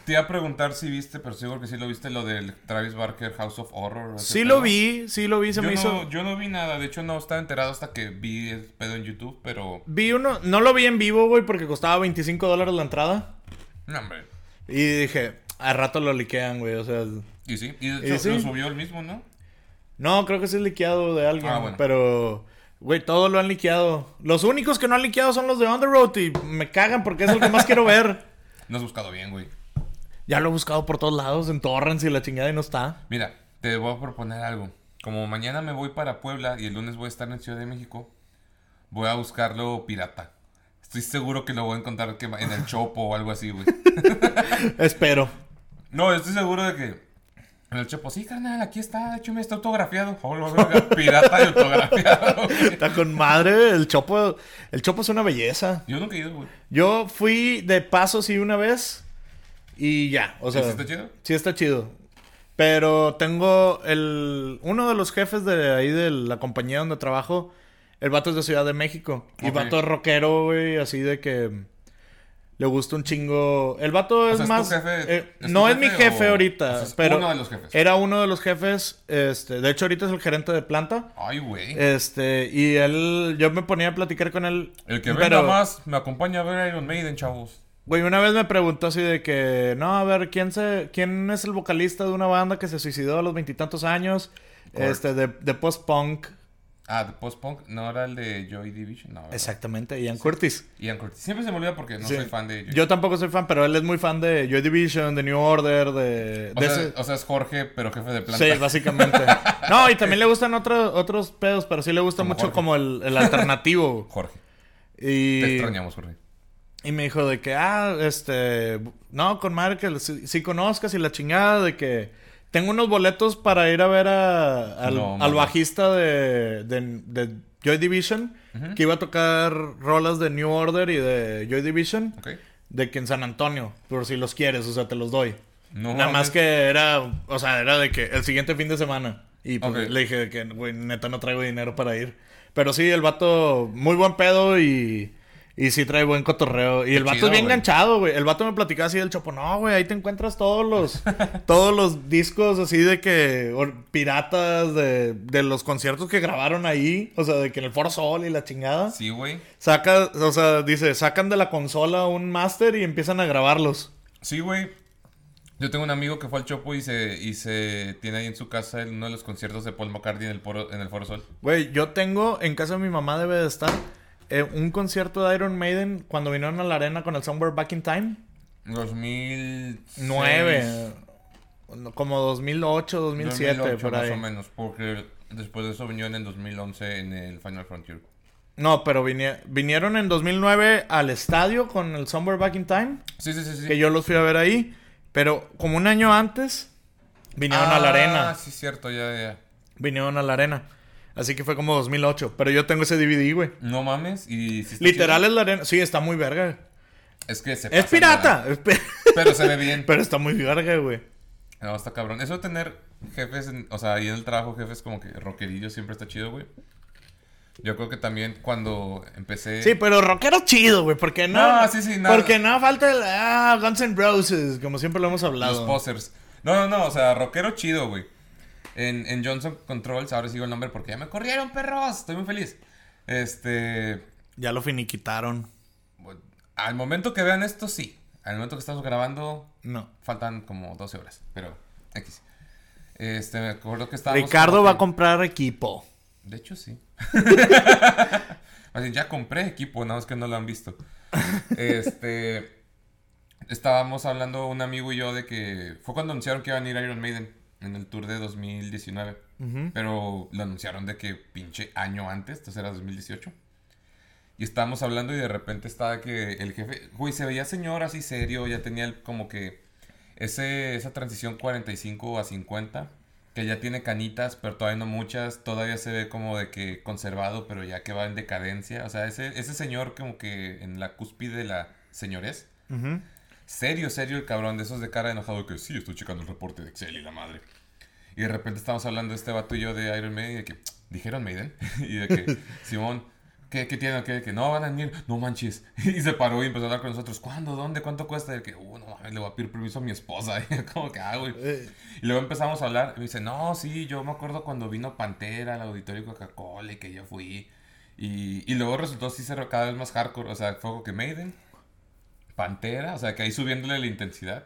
S2: Te iba a preguntar si viste, pero seguro que sí lo viste, lo del Travis Barker House of Horror. ese
S1: Sí
S2: pedo.
S1: lo vi, sí lo vi, se
S2: Yo,
S1: me
S2: no,
S1: hizo...
S2: yo no vi nada, de hecho no estaba enterado hasta que vi el pedo en YouTube, pero...
S1: Vi uno, no lo vi en vivo, güey, porque costaba 25 dólares la entrada.
S2: No, hombre.
S1: Y dije, a rato lo liquean, güey, o sea...
S2: Y sí, y de
S1: Y
S2: hecho
S1: sí.
S2: lo subió él mismo, ¿no?
S1: No, creo que sí es liqueado de alguien,
S2: Ah, bueno.
S1: pero... Güey, todo lo han liqueado. Los únicos que no han liqueado son los de On The Road y me cagan porque es el que más quiero ver.
S2: No has buscado bien, güey.
S1: Ya lo he buscado por todos lados, en torrents y la chingada y no está.
S2: Mira, te voy a proponer algo. Como mañana me voy para Puebla y el lunes voy a estar en Ciudad de México, voy a buscarlo pirata. Estoy seguro que lo voy a encontrar que- en el Chopo o algo así, güey.
S1: Espero.
S2: No, estoy seguro de que en el Chopo, sí, carnal, aquí está, de hecho, mira, está autografiado. Oh, la verga, pirata y autografiado. güey.
S1: Está con madre, el chopo. El chopo es una belleza.
S2: Yo nunca he ido, güey.
S1: Yo fui de paso sí una vez y ya. O
S2: ¿Sí
S1: sea,
S2: está chido?
S1: Sí está chido. Pero tengo el uno de los jefes de ahí de la compañía donde trabajo, el vato es de Ciudad de México. Y
S2: Ok.
S1: vato es rockero, güey, así de que le gusta un chingo. El vato es
S2: sea, ¿es tu
S1: más.
S2: jefe-
S1: eh,
S2: es tu
S1: no es mi
S2: jefe
S1: jefe
S2: o-
S1: ahorita,
S2: o sea, es
S1: pero
S2: uno de los jefes?
S1: era uno de los jefes. Este, de hecho, ahorita es el gerente de planta.
S2: Ay, güey.
S1: Este, y él, yo me ponía a platicar con él.
S2: el que
S1: pero-
S2: venga más me acompaña a ver Iron Maiden, chavos.
S1: Güey, una vez me preguntó así de que, no, a ver, ¿quién, se, ¿quién es el vocalista de una banda que se suicidó a los veintitantos años?
S2: Korn.
S1: Este, de, de post-punk.
S2: Ah, de Post Punk, no era el de Joy Division, no. ¿verdad?
S1: Exactamente, Ian Curtis.
S2: Ian Curtis. Siempre se me olvida porque no
S1: Sí.
S2: soy fan de Joy.
S1: Yo tampoco soy fan, pero él es muy fan de Joy Division, de New Order, de...
S2: o,
S1: de
S2: sea,
S1: ese-
S2: o sea, es Jorge, pero jefe de planta.
S1: Sí, básicamente. No, y también le gustan otros otros pedos, pero sí le gusta
S2: Como
S1: mucho
S2: Jorge.
S1: como el, el alternativo.
S2: Jorge. Te
S1: Y,
S2: extrañamos, Jorge.
S1: y me dijo de que, ah, este, no, con madre que sí, sí conozcas y la chingada de que tengo unos boletos para ir a ver a- al,
S2: No,
S1: al
S2: mames.
S1: bajista de, de- de Joy Division, que iba a tocar rolas de New Order y de Joy Division,
S2: ¿Ok?
S1: de que en San Antonio, por si los quieres, o sea, te los doy.
S2: No,
S1: Nada
S2: mames.
S1: más que era, o sea, era de que el siguiente fin de semana. Y pues,
S2: Ok.
S1: le dije de que, güey, neta no traigo dinero para ir. Pero sí, el vato, muy buen pedo y, y sí trae buen cotorreo. Y el vato
S2: chido,
S1: es bien
S2: güey.
S1: enganchado, güey. El vato me platicaba así del chopo, no, güey, ahí te encuentras todos los, todos los discos así de que, or- piratas de, de los conciertos que grabaron ahí. O sea, de que en el Foro Sol y la chingada.
S2: Sí, güey.
S1: Saca, o sea, dice, sacan de la consola un máster y empiezan a grabarlos.
S2: Sí, güey. Yo tengo un amigo que fue al Chopo y se, y se tiene ahí en su casa en uno de los conciertos de Paul McCartney en el, Poro- en el Foro Sol.
S1: Güey, yo tengo, en casa de mi mamá debe de estar, eh, un concierto de Iron Maiden cuando vinieron a la arena con el Somewhere Back in Time.
S2: 2009.
S1: 9, como 2008, 2007, por
S2: más
S1: ahí.
S2: o menos, porque después de eso vinieron en 2011 en el Final Frontier.
S1: No, pero vinie- vinieron en 2009 al estadio con el Somewhere Back in Time,
S2: Sí, sí, sí, sí.
S1: que yo los fui a ver ahí, pero como un año antes vinieron a la arena.
S2: Ah, sí, cierto, ya, ya.
S1: Vinieron a la arena. Así que fue como 2008, pero yo tengo ese DVD, güey.
S2: No mames. Y sí está
S1: Literal es la arena. Sí, está muy verga.
S2: chido. Es que se
S1: Es
S2: pasan,
S1: pirata. es pi-
S2: ¿verdad? Pero se ve bien.
S1: Pero está muy verga, güey.
S2: No, está cabrón. Eso de tener jefes, en- o sea, ahí en el trabajo, jefes como que rockerillos siempre está chido, güey. Yo creo que también cuando empecé.
S1: Sí, pero rockero chido, güey, porque no.
S2: No, sí, sí, nada.
S1: Porque no falta el. Ah, Guns N' Roses, como siempre lo hemos
S2: Los
S1: hablado.
S2: posers. No, no, no, o sea, rockero chido, güey. En, en Johnson Controls, ahora sigo el nombre porque ya me corrieron, perros. Estoy muy feliz. Este.
S1: Ya lo finiquitaron.
S2: bueno, Al momento que vean esto, sí. Al momento que estamos grabando,
S1: No.
S2: faltan como 12 horas. Pero, X. Este, me acuerdo que estábamos.
S1: Ricardo
S2: como
S1: va
S2: que-
S1: a comprar equipo.
S2: De hecho, sí. Así, ya compré equipo, nada más que no lo han visto. Este. Estábamos hablando un amigo y yo de que. Fue cuando anunciaron que iban a ir Iron Maiden en el tour de 2019. Pero lo anunciaron de que pinche año antes, entonces era 2018. Y estábamos hablando y de repente estaba que el jefe. Güey, se veía señor así serio, ya tenía el- como que. Ese, esa transición 45 a 50, que ya tiene canitas, pero todavía no muchas, todavía se ve como de que conservado, pero ya que va en decadencia. O sea, ese, ese señor como que en la cúspide de la señores.
S1: Ujú.
S2: Serio, serio el cabrón, de esos de cara enojado que sí, estoy checando el reporte de Excel y la madre. Y de repente estamos hablando este vato y yo de Iron Maiden y de que, ¿dijeron Maiden? y de que, Simón, ¿qué, qué tienen? ¿Qué, que no van a venir? No manches. y se paró y empezó a hablar con nosotros. ¿Cuándo? ¿Dónde? ¿Cuánto cuesta? Y de que, uh, no mames, le voy a pedir permiso a mi esposa. Y yo, ¿Cómo que "Ah, hago? Y-
S1: Eh,
S2: y luego empezamos a hablar. Y me dice, no, sí, yo me acuerdo cuando vino Pantera al auditorio Coca-Cola y que yo fui. Y, y luego resultó sí ser cada vez más hardcore. O sea, fue como que Maiden, Pantera, o sea, que ahí subiéndole la intensidad.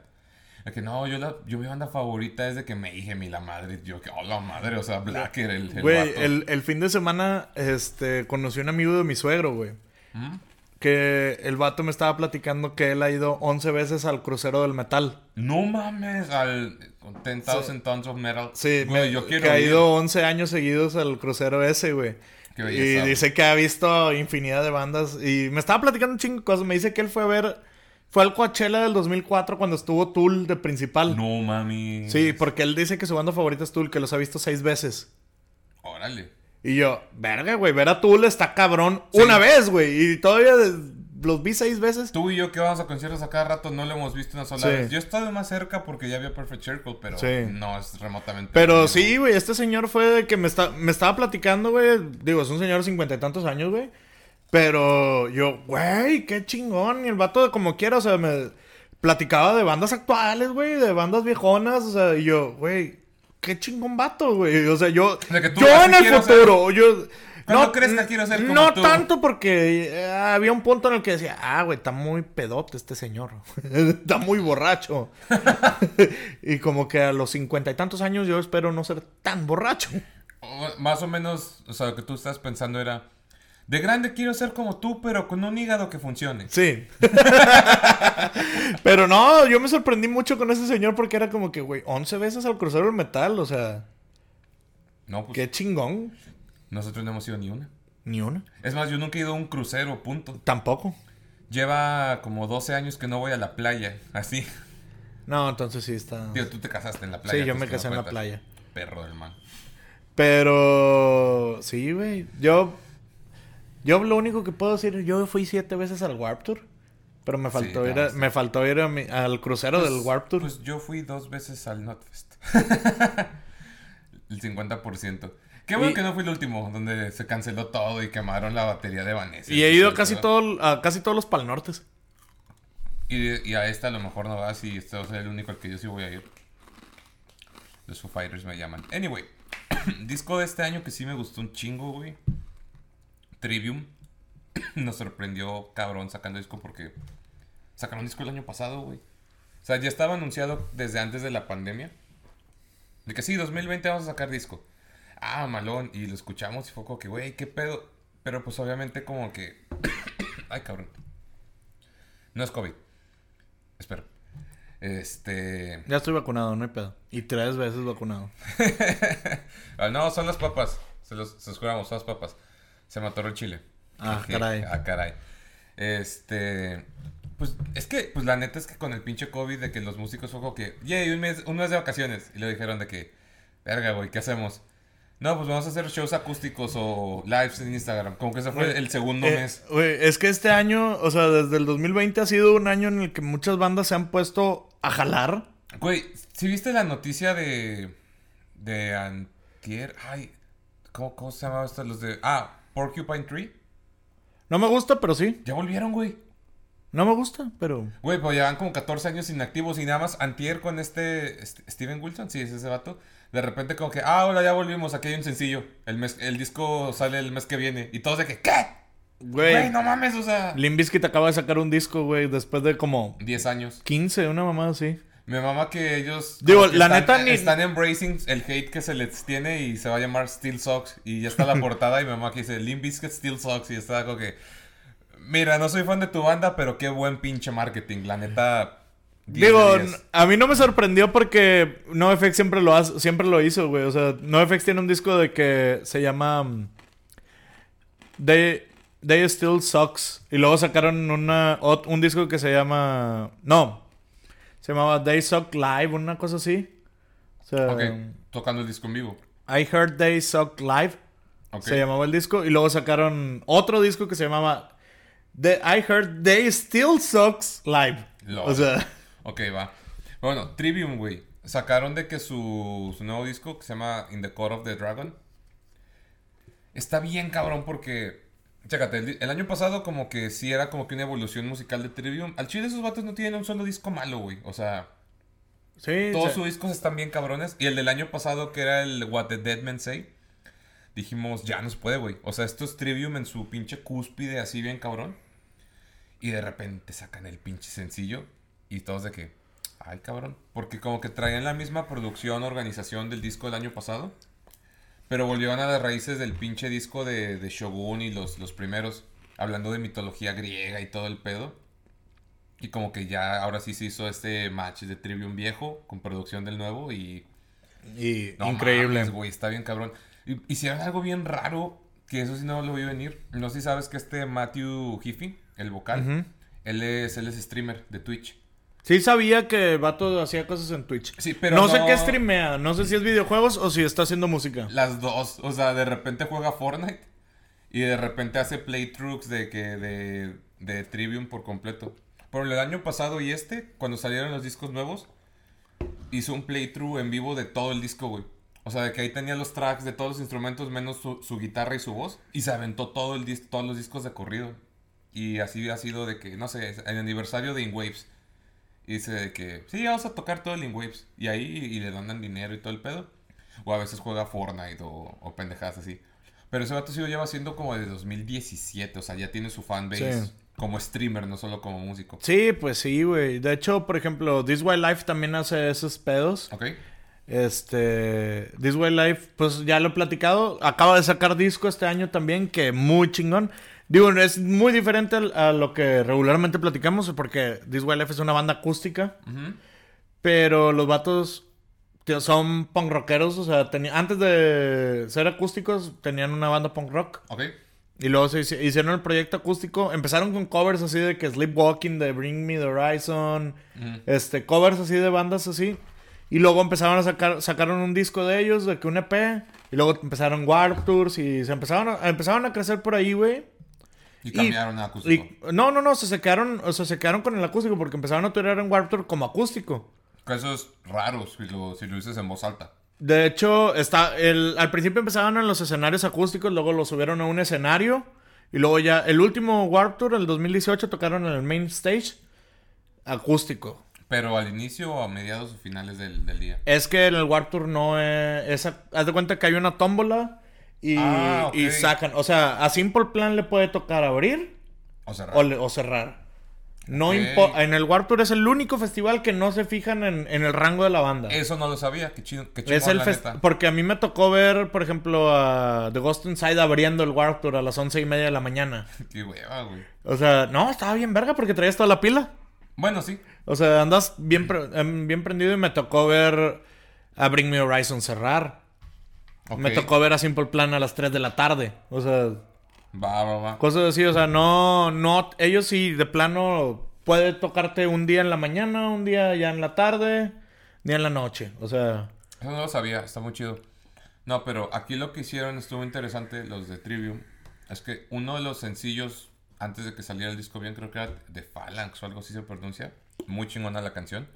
S2: De que no, yo, la, yo mi banda favorita es de que me dije, mi la madre. Yo que, oh la madre, o sea, Blacker, el, el
S1: Güey,
S2: vato.
S1: el, el fin de semana este, conocí a un amigo de mi suegro, güey.
S2: ¿Mm?
S1: Que el vato me estaba platicando que él ha ido 11 veces al crucero del metal.
S2: No mames, al 10,000 Tons of Metal.
S1: Sí,
S2: Güey,
S1: me-
S2: yo quiero
S1: que ha
S2: ir.
S1: ido 11 años seguidos al crucero ese, güey.
S2: Qué
S1: Y
S2: belleza,
S1: dice que ha visto infinidad de bandas. Y me estaba platicando un chingo de cosas. Me dice que él fue a ver... Fue al Coachella del 2004 cuando estuvo Tool de principal.
S2: No mami.
S1: Sí, porque él dice que su banda favorita es Tool, que los ha visto seis veces.
S2: Órale.
S1: Y yo, verga, güey, ver a Tool está cabrón una vez, güey. Y todavía de- los vi seis veces.
S2: Tú y yo que vamos a conciertos a cada rato no lo hemos visto una sola
S1: Sí.
S2: vez. Yo he estado más cerca porque ya había Perfect Circle, pero
S1: Sí.
S2: no es remotamente.
S1: Pero
S2: lo
S1: sí, güey, este señor fue de que me, está, me estaba platicando, güey. Digo, es un señor de cincuenta y tantos años, güey. Pero yo, güey, qué chingón. Y el vato de como quiera, o sea, me platicaba de bandas actuales, güey, de bandas viejonas. O sea, y yo, güey, qué chingón vato, güey. O sea, yo.
S2: sea, que tú
S1: yo
S2: así ¿eh?
S1: en el
S2: quiero
S1: futuro, yo.
S2: ¿Cuándo crees que quiero ser como
S1: No
S2: tú?
S1: tanto porque eh, había un punto en el que decía, ah, güey, está muy pedote este señor. está muy borracho. y como que a los cincuenta y tantos años yo espero no ser tan borracho.
S2: O- más o menos, o sea, lo que tú estás pensando era, de grande quiero ser como tú, pero con un hígado que funcione.
S1: Sí. Pero no, yo me sorprendí mucho con ese señor porque era como que, güey, 11 veces al cruzar el metal, o sea,
S2: No, pues
S1: qué chingón.
S2: nosotros no hemos ido ni una.
S1: Ni una.
S2: Es más, yo nunca he ido a un crucero, punto.
S1: Tampoco.
S2: Lleva como 12 años que no voy a la playa, así.
S1: No, entonces sí está.
S2: Tío, tú te casaste en la playa.
S1: Sí, yo
S2: entonces
S1: me
S2: tú no
S1: casé en la
S2: cuentas.
S1: playa.
S2: Perro del man.
S1: Pero sí, güey. Yo. Yo lo único que puedo decir, yo fui siete veces al Warp Tour. Pero me faltó
S2: Sí,
S1: ir
S2: claro,
S1: a-
S2: sí.
S1: me faltó ir a mi- al crucero del Warp Tour.
S2: Pues yo fui dos veces al Notfest. El 50%. Qué bueno
S1: Y-
S2: que no fui el último, donde se canceló todo y quemaron la batería de Vanessa.
S1: y he ido a
S2: todo,
S1: casi
S2: todo.
S1: todo, a casi todos los palnortes.
S2: Y, y a esta a lo mejor no vas y este va a ser el único al que yo sí voy a ir. Los Foo Fighters me llaman. Anyway, disco de este año que sí me gustó un chingo, güey. Trivium. Nos sorprendió cabrón sacando disco porque sacaron disco el año pasado, güey. O sea, ya estaba anunciado desde antes de la pandemia. De que sí, 2020 vamos a sacar disco. Ah, malón. Y lo escuchamos y fue como que, güey, qué pedo. Pero pues obviamente como que... Ay, cabrón. No es COVID. Espero. Este...
S1: Ya estoy vacunado, no hay pedo. Y tres veces vacunado.
S2: Ah, no, son las papas. Se los, se los juramos, son las papas. Se me atoró el chile.
S1: Ah,
S2: Dije,
S1: caray.
S2: Ah, caray. Este. Pues es que, pues la neta es que con el pinche COVID de que los músicos fue como que, yay, un mes, un mes de vacaciones. Y le dijeron de que, verga, güey, ¿qué hacemos? No, pues vamos a hacer shows acústicos o lives en Instagram. Como que ese fue
S1: Güey,
S2: el segundo
S1: Eh,
S2: mes.
S1: güey, es que este año, o sea, desde el 2020 ha sido un año en el que muchas bandas se han puesto a jalar.
S2: Güey, si viste la noticia de. de Antier. Ay, ¿cómo, cómo se llamaba esto? Los de. Ah, Porcupine Tree.
S1: No me gusta, pero sí.
S2: Ya volvieron, güey.
S1: No me gusta, pero.
S2: Güey, pues llevan como 14 años inactivos y nada más antier con este St- Steven Wilson, sí, es ese vato. De repente como que, ah, hola, ya volvimos, aquí hay un sencillo. El, mes, el disco sale el mes que viene. Y todos de que, ¿qué? Güey,
S1: Güey,
S2: no mames, o sea...
S1: Limp Bizkit acaba de sacar un disco, güey, después de como
S2: 10 años.
S1: 15, una mamada así.
S2: Mi mamá que ellos...
S1: Digo,
S2: como que
S1: la
S2: están,
S1: neta ni-
S2: Están embracing el hate que se les tiene y se va a llamar Steel Socks. Y ya está la portada y mi mamá que dice, Limp Bizkit Steel Socks. Y está como que... Mira, no soy fan de tu banda, pero qué buen pinche marketing. La neta... 10 de
S1: Digo,
S2: 10.
S1: n- a mí no me sorprendió porque NoFX siempre lo, hace- siempre lo hizo, güey. O sea, NoFX tiene un disco de que se llama mm, They, They Still Sucks. Y luego sacaron una, ot- un disco que se llama... No, se llamaba They Suck Live, una cosa así. O sea,
S2: Ok, tocando el disco en vivo.
S1: I Heard They Suck Live.
S2: Ok.
S1: Se llamaba el disco. Y luego sacaron otro disco que se llamaba The I Heard They Still Sucks Live.
S2: Lol.
S1: O sea,
S2: Ok, va. Bueno, Trivium, güey. Sacaron de que su, su nuevo disco, que se llama In the Core of the Dragon, está bien cabrón porque... Chécate, el, el año pasado como que sí era como que una evolución musical de Trivium. Al chile esos vatos no tienen un solo disco malo, güey. O sea,
S1: sí.
S2: todos
S1: se-
S2: sus discos están bien cabrones. Y el del año pasado, que era el What the Dead Men Say, dijimos, ya nos puede, güey. O sea, esto es Trivium en su pinche cúspide, así bien cabrón. Y de repente sacan el pinche sencillo. Y todos de que, ay, cabrón. Porque como que traían la misma producción, organización del disco del año pasado. Pero volvieron a las raíces del pinche disco de, de Shogun y los, los primeros. Hablando de mitología griega y todo el pedo. Y como que ya ahora sí se hizo este match de Trivium viejo con producción del nuevo y...
S1: Y
S2: No
S1: increíble.
S2: mames, güey, está bien cabrón. Y- Hicieron algo bien raro, que eso sí no lo vi venir. No sé si sabes que este Matthew Hiffy, el vocal,
S1: Ujú.
S2: él, es, él es streamer de Twitch.
S1: Sí sabía que el vato hacía cosas en Twitch.
S2: Sí, pero
S1: no, sé
S2: no-
S1: qué streamea, no sé si es videojuegos o si está haciendo música.
S2: Las dos, o sea, de repente juega Fortnite y de repente hace playthroughs de que de, de Trivium por completo. Por el año pasado y este, cuando salieron los discos nuevos, hizo un playthrough en vivo de todo el disco, güey. O sea, de que ahí tenía los tracks de todos los instrumentos menos su, su guitarra y su voz. Y se aventó todo el dis- todos los discos de corrido. Y así ha sido de que, no sé, el aniversario de In Waves. Y dice de que, sí, vamos a tocar todo el In Waves. Y ahí y le donan dinero y todo el pedo. O a veces juega Fortnite o, o pendejadas así. Pero ese vato sí lo lleva haciendo como desde 2017. O sea, ya tiene su fanbase
S1: Sí.
S2: como streamer, no solo como músico.
S1: Sí, pues sí, güey. De hecho, por ejemplo, This Way Life también hace esos pedos.
S2: ¿Ok?
S1: Este, This Way Life, pues ya lo he platicado. Acaba de sacar disco este año también, que muy chingón. Digo, es muy diferente al- a lo que regularmente platicamos, porque This Way Life es una banda acústica,
S2: Ujú.
S1: pero los vatos tío, son punk rockeros. O sea, teni- antes de ser acústicos, tenían una banda punk rock.
S2: ¿Ok?
S1: Y luego se hici- hicieron el proyecto acústico. Empezaron con covers así de que Sleepwalking, de Bring Me the Horizon.
S2: Ujú.
S1: Este, covers así de bandas así. Y luego empezaron a sacar, sacaron un disco de ellos, de que un EP. Y luego empezaron Warp Tours y se empezaron a, empezaron a crecer por ahí, güey.
S2: Y
S1: Y-
S2: cambiaron a acústico.
S1: Y, no, no, no, se, se quedaron, o sea, se quedaron con el acústico porque empezaron a tocar en Warp Tour como acústico.
S2: Que Eso es raro si lo, si lo dices en voz alta.
S1: De hecho, está el, al principio empezaban en los escenarios acústicos, luego lo subieron a un escenario. Y luego ya, el último Warp Tour, el 2018, tocaron en el main stage acústico.
S2: Pero al inicio o a mediados o finales del, del día.
S1: Es que en el Warp Tour no eh, es. es a- haz de cuenta que hay una tómbola y,
S2: Ah, ok.
S1: y sacan. O sea, a Simple Plan le puede tocar abrir
S2: O sea,
S1: o, le- o cerrar. No
S2: Ah. Ok.
S1: impo- En el Warp Tour es el único festival que no se fijan en, en el rango de la banda.
S2: eso no lo sabía. Qué chido, qué
S1: Es
S2: chingón,
S1: el
S2: la
S1: fest-
S2: neta.
S1: Porque a mí me tocó ver, por ejemplo, a The Ghost Inside abriendo el Warp Tour a las once y media de la mañana.
S2: Qué hueva, güey.
S1: O sea, no, estaba bien verga porque traías toda la pila.
S2: Bueno, sí.
S1: O sea, andas bien, pre- em, bien prendido y me tocó ver a Bring Me Horizon cerrar.
S2: Ok.
S1: Me tocó ver a Simple Plan a las 3 de la tarde. O sea,
S2: Va, va, va.
S1: cosas así. O sea, no, no. Ellos sí, de plano, puede tocarte un día en la mañana, un día ya en la tarde, ni en la noche. O sea,
S2: Eso no lo sabía. Está muy chido. No, pero aquí lo que hicieron estuvo interesante, los de Trivium. Es que uno de los sencillos, antes de que saliera el disco bien, creo que era de Phalanx o algo así se pronuncia. Muy chingona la canción.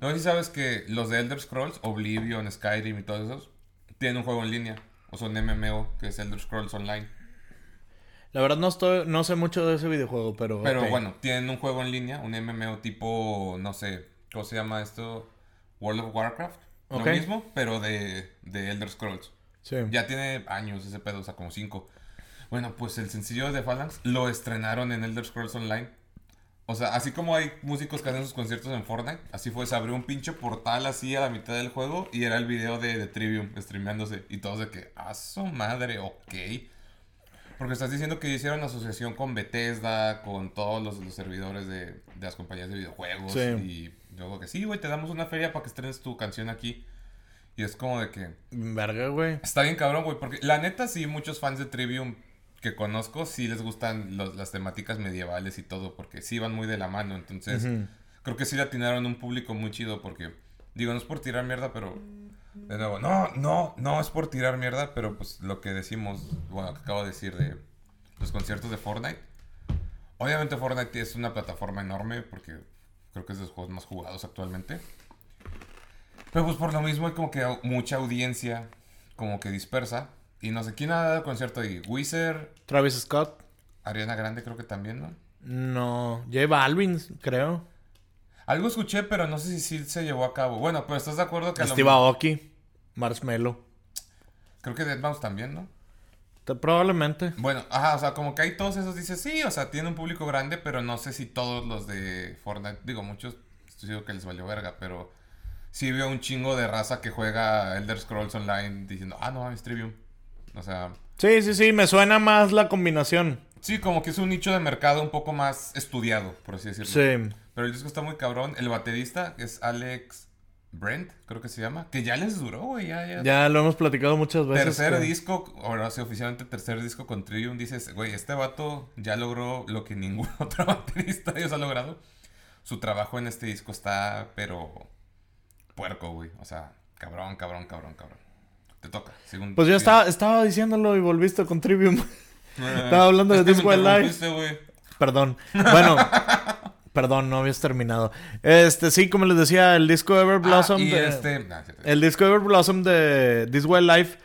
S2: No sé si sabes que los de Elder Scrolls, Oblivion, Skyrim y todos esos, tienen un juego en línea. O son MMO, que es Elder Scrolls Online.
S1: la verdad no estoy, no sé mucho de ese videojuego, pero.
S2: Pero
S1: ok.
S2: bueno, tienen un juego en línea, un MMO tipo, no sé, ¿cómo se llama esto? World of Warcraft.
S1: Ok.
S2: Lo mismo, pero de, de Elder Scrolls.
S1: Sí.
S2: Ya tiene años ese pedo, o sea, como cinco. Bueno, pues el sencillo de Phalanx lo estrenaron en Elder Scrolls Online. O sea, así como hay músicos que hacen sus conciertos en Fortnite, así fue, se abrió un pinche portal así a la mitad del juego y era el video de, de Trivium streameándose. Y todos de que, a su madre, ok. Porque estás diciendo que hicieron asociación con Bethesda, con todos los, los servidores de, de las compañías de videojuegos.
S1: Sí.
S2: Y luego que sí, güey, te damos una feria para que estrenes tu canción aquí. Y es como de que,
S1: Verga, güey.
S2: Está bien cabrón, güey, porque la neta sí, muchos fans de Trivium que conozco sí les gustan los- las temáticas medievales y todo, porque sí van muy de la mano, entonces
S1: Ujú.
S2: creo que sí le atinaron un público muy chido, porque digo, no es por tirar mierda, pero de nuevo, no, no, no es por tirar mierda, pero pues lo que decimos, bueno, que acabo de decir de los conciertos de Fortnite, obviamente Fortnite es una plataforma enorme, porque creo que es de los juegos más jugados actualmente. Pero pues por lo mismo hay como que au- mucha audiencia como que dispersa. Y no sé quién ha dado concierto ahí. Wizard,
S1: Travis Scott.
S2: Ariana Grande creo que también, ¿no?
S1: No. J Balvin, creo.
S2: Algo escuché, pero no sé si sí se llevó a cabo. Bueno, pero estás de acuerdo que a lo
S1: Steve Aoki. Marshmello.
S2: creo que Deadmau5 también, ¿no?
S1: Te- Probablemente.
S2: Bueno, ajá, o sea, como que hay todos esos dices, sí, o sea, tiene un público grande, pero no sé si todos los de Fortnite, digo, muchos estoy seguro que les valió verga, pero sí veo un chingo de raza que juega Elder Scrolls Online diciendo, "Ah, no mames, Trivium." O sea,
S1: Sí, sí, sí. Me suena más la combinación.
S2: Sí, como que es un nicho de mercado un poco más estudiado, por así decirlo.
S1: Sí.
S2: Pero el disco está muy cabrón. El baterista es Alex Brent, creo que se llama. Que ya les duró, güey. Ya,
S1: Ya
S2: ya.
S1: pues, este lo hemos platicado muchas veces.
S2: tercer
S1: que-
S2: disco, ahora sí, oficialmente tercer disco con Trivium. Dices, güey, este vato ya logró lo que ningún otro baterista de ellos ha logrado. Su trabajo en este disco está, pero. puerco, güey. O sea, cabrón, cabrón, cabrón, cabrón. Te toca. Según
S1: Pues yo
S2: Sí.
S1: estaba, estaba diciéndolo y volviste con Trivium.
S2: Eh,
S1: estaba hablando de
S2: es que
S1: This
S2: me
S1: Wild Life.
S2: interrumpiste, güey.
S1: Perdón. Bueno, Perdón, no habías terminado. Este, sí, como les decía, el disco Ever Blossom.
S2: Ah, y
S1: de-
S2: este... nah, sí, sí.
S1: El disco Ever Blossom de This Wild Life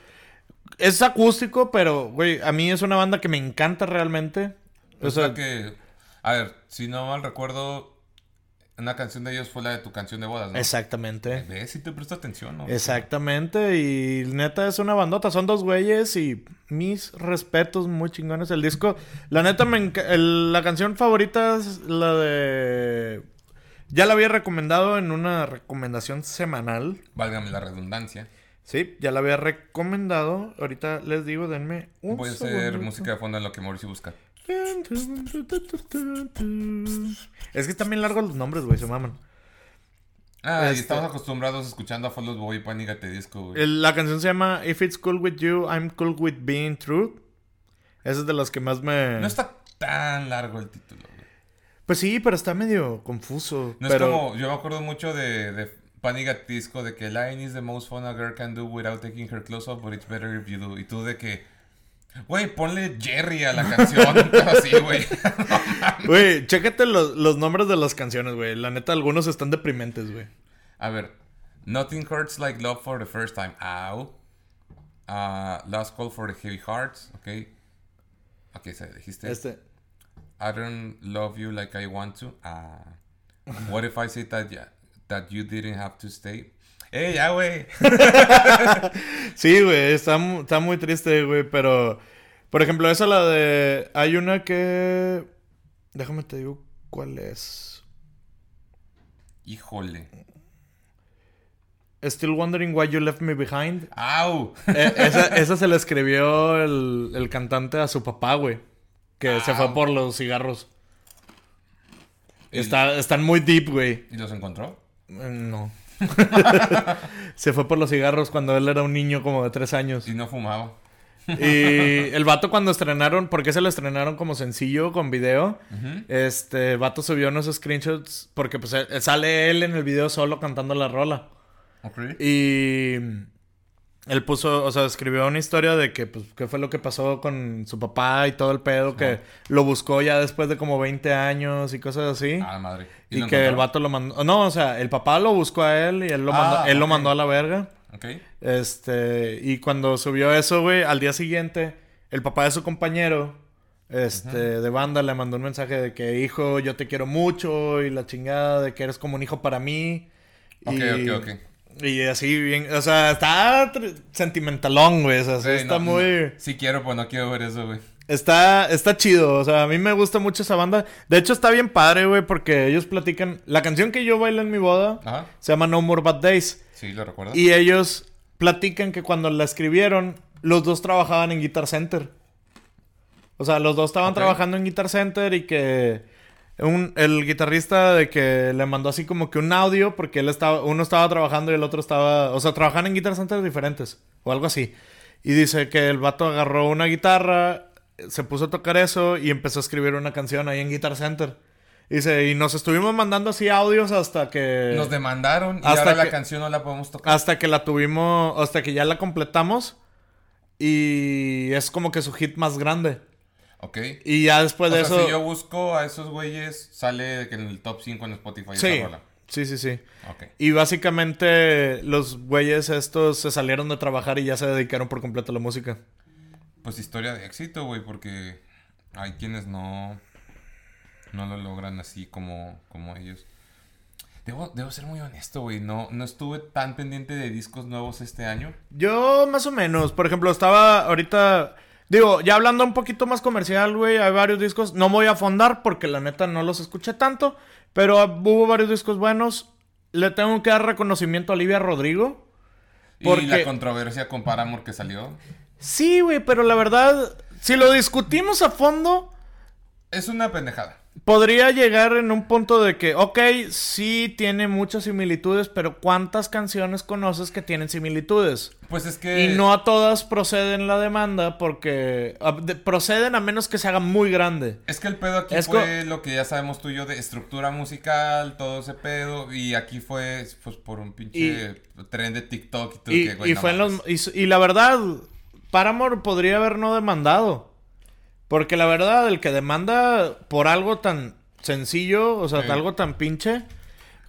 S1: es acústico, pero, güey, a mí es una banda que me encanta realmente. O
S2: Es la
S1: sea,
S2: que... A ver, si no mal recuerdo, una canción de ellos fue la de tu canción de bodas, ¿no?
S1: exactamente.
S2: Ve si te presto atención, ¿no?
S1: Exactamente, y neta es una bandota, son dos güeyes y mis respetos muy chingones el disco. La neta, me enca- el- la canción favorita es la de... Ya la había recomendado en una recomendación semanal.
S2: Válgame la redundancia.
S1: Sí, ya la había recomendado. Ahorita les digo, denme un
S2: Voy a hacer
S1: segundito.
S2: música de fondo en lo que Mauricio busca.
S1: Es que están bien largos los nombres, güey, se maman.
S2: Ah, y
S1: Este-
S2: estamos acostumbrados escuchando a Fall Out Boy y Panígate Disco, güey.
S1: El- la canción se llama If It's Cool With You, I'm Cool With Being True. Esa es de las que más me...
S2: No está tan largo el título, güey.
S1: Pues sí, pero está medio confuso.
S2: No
S1: pero...
S2: es como... Yo me acuerdo mucho de... de Panic Disco de que lying is the most fun a girl can do without taking her clothes off, but it's better if you do. Y tú de que, güey, ponle Jerry a la canción, pero así, güey.
S1: Güey, chécate los, los nombres de las canciones, güey. La neta, algunos están deprimentes, güey.
S2: A ver. Nothing hurts like love for the first time. Ow. Ah, last call for the heavy hearts. Ok. Ok, se dijiste.
S1: Este...
S2: I don't love you like I want to. Ah. What if I say that, ya- that you didn't have to stay? ¡Ey, ya, güey!
S1: Sí, güey, está, mu- está muy triste, güey, pero... Por ejemplo, esa la de... Hay una que... Déjame te digo cuál es.
S2: Híjole.
S1: Still Wondering Why You Left Me Behind.
S2: ¡Au!
S1: Eh, esa, esa se la escribió el, el cantante a su papá, güey. Que se fue por los cigarros. Está, están muy deep, güey.
S2: ¿Y los encontró?
S1: Eh, No. se fue por los cigarros cuando él era un niño como de tres años.
S2: Y no fumaba.
S1: Y el vato cuando estrenaron, porque se lo estrenaron como sencillo con video,
S2: Ujú.
S1: este vato subió unos screenshots porque pues eh, sale él en el video solo cantando la rola.
S2: Ok.
S1: Y él puso, o sea, escribió una historia de que pues qué fue lo que pasó con su papá y todo el pedo, que lo buscó ya después de como 20 años y cosas así.
S2: Ah, madre.
S1: y
S2: lo
S1: que el
S2: encontró?
S1: vato lo mandó, no, o sea, el papá lo buscó a él y él lo
S2: Ah,
S1: mandó, él lo
S2: ok.
S1: mandó a la verga.
S2: Ok.
S1: Este, y cuando subió eso, güey, al día siguiente, el papá de su compañero, este, de banda, le mandó un mensaje de que, hijo, yo te quiero mucho y la chingada, de que eres como un hijo para mí.
S2: Ok,
S1: y,
S2: ok,
S1: Y así, bien, o sea, está tr- sentimentalón, güey, o sea, sí
S2: Güey,
S1: está
S2: no-
S1: muy...
S2: Sí quiero, pero no quiero ver eso, güey.
S1: Está, está chido, o sea, a mí me gusta mucho esa banda. De hecho, está bien padre, güey, porque ellos platican... La canción que yo bailo en mi boda
S2: Ajá.
S1: se llama No More Bad Days.
S2: Sí, lo recuerdo.
S1: Y ellos platican que cuando la escribieron, los dos trabajaban en Guitar Center. O sea, los dos estaban
S2: Ok.
S1: trabajando en Guitar Center y que un- el guitarrista de que le mandó así como que un audio porque él estaba, uno estaba trabajando y el otro estaba, o sea, trabajaban en Guitar Center diferentes o algo así. Y dice que el vato agarró una guitarra, se puso a tocar eso y empezó a escribir una canción ahí en Guitar Center. Dice, y nos estuvimos mandando así audios hasta que...
S2: Nos demandaron y
S1: Eh, hasta
S2: ahora la
S1: que-
S2: canción no la podemos tocar.
S1: Hasta que la tuvimos, hasta que ya la completamos. Y es como que su hit más grande.
S2: Ok.
S1: Y ya después
S2: o
S1: de
S2: sea,
S1: Pues eso.
S2: si yo busco a esos güeyes, sale de que en el top 5 en Spotify
S1: sí,
S2: esa rola.
S1: sí, sí, sí.
S2: Ok.
S1: Y básicamente los güeyes estos se salieron de trabajar y ya se dedicaron por completo a la música.
S2: Pues historia de éxito, güey, porque hay quienes no, no lo logran así como, como ellos. Debo, debo ser muy honesto, güey. No, no estuve tan pendiente de discos nuevos este año.
S1: Yo más o menos, por ejemplo, estaba ahorita... Digo, ya hablando un poquito más comercial, güey, hay varios discos. No me voy a fondar porque la neta no los escuché tanto, pero hubo varios discos buenos. Le tengo que dar reconocimiento a Olivia Rodrigo.
S2: Y
S1: Porque-
S2: la controversia con Paramore que salió.
S1: Sí, güey, pero la verdad, si lo discutimos a fondo,
S2: Es una pendejada.
S1: podría llegar en un punto de que, ok, sí tiene muchas similitudes, pero ¿cuántas canciones conoces que tienen similitudes?
S2: Pues es que.
S1: Y no a todas proceden la demanda porque a- de- proceden a menos que se haga muy grande.
S2: Es que el pedo aquí
S1: Es
S2: fue lo que ya sabemos tú y yo de estructura musical, todo ese pedo. Y aquí fue pues por un pinche tren de TikTok y todo.
S1: Y,
S2: que, güey,
S1: y
S2: no
S1: fue en
S2: mames.
S1: los, y, s- y la verdad, Paramore podría haber no demandado. Porque la verdad, el que demanda por algo tan sencillo, o sea,
S2: Sí.
S1: algo tan pinche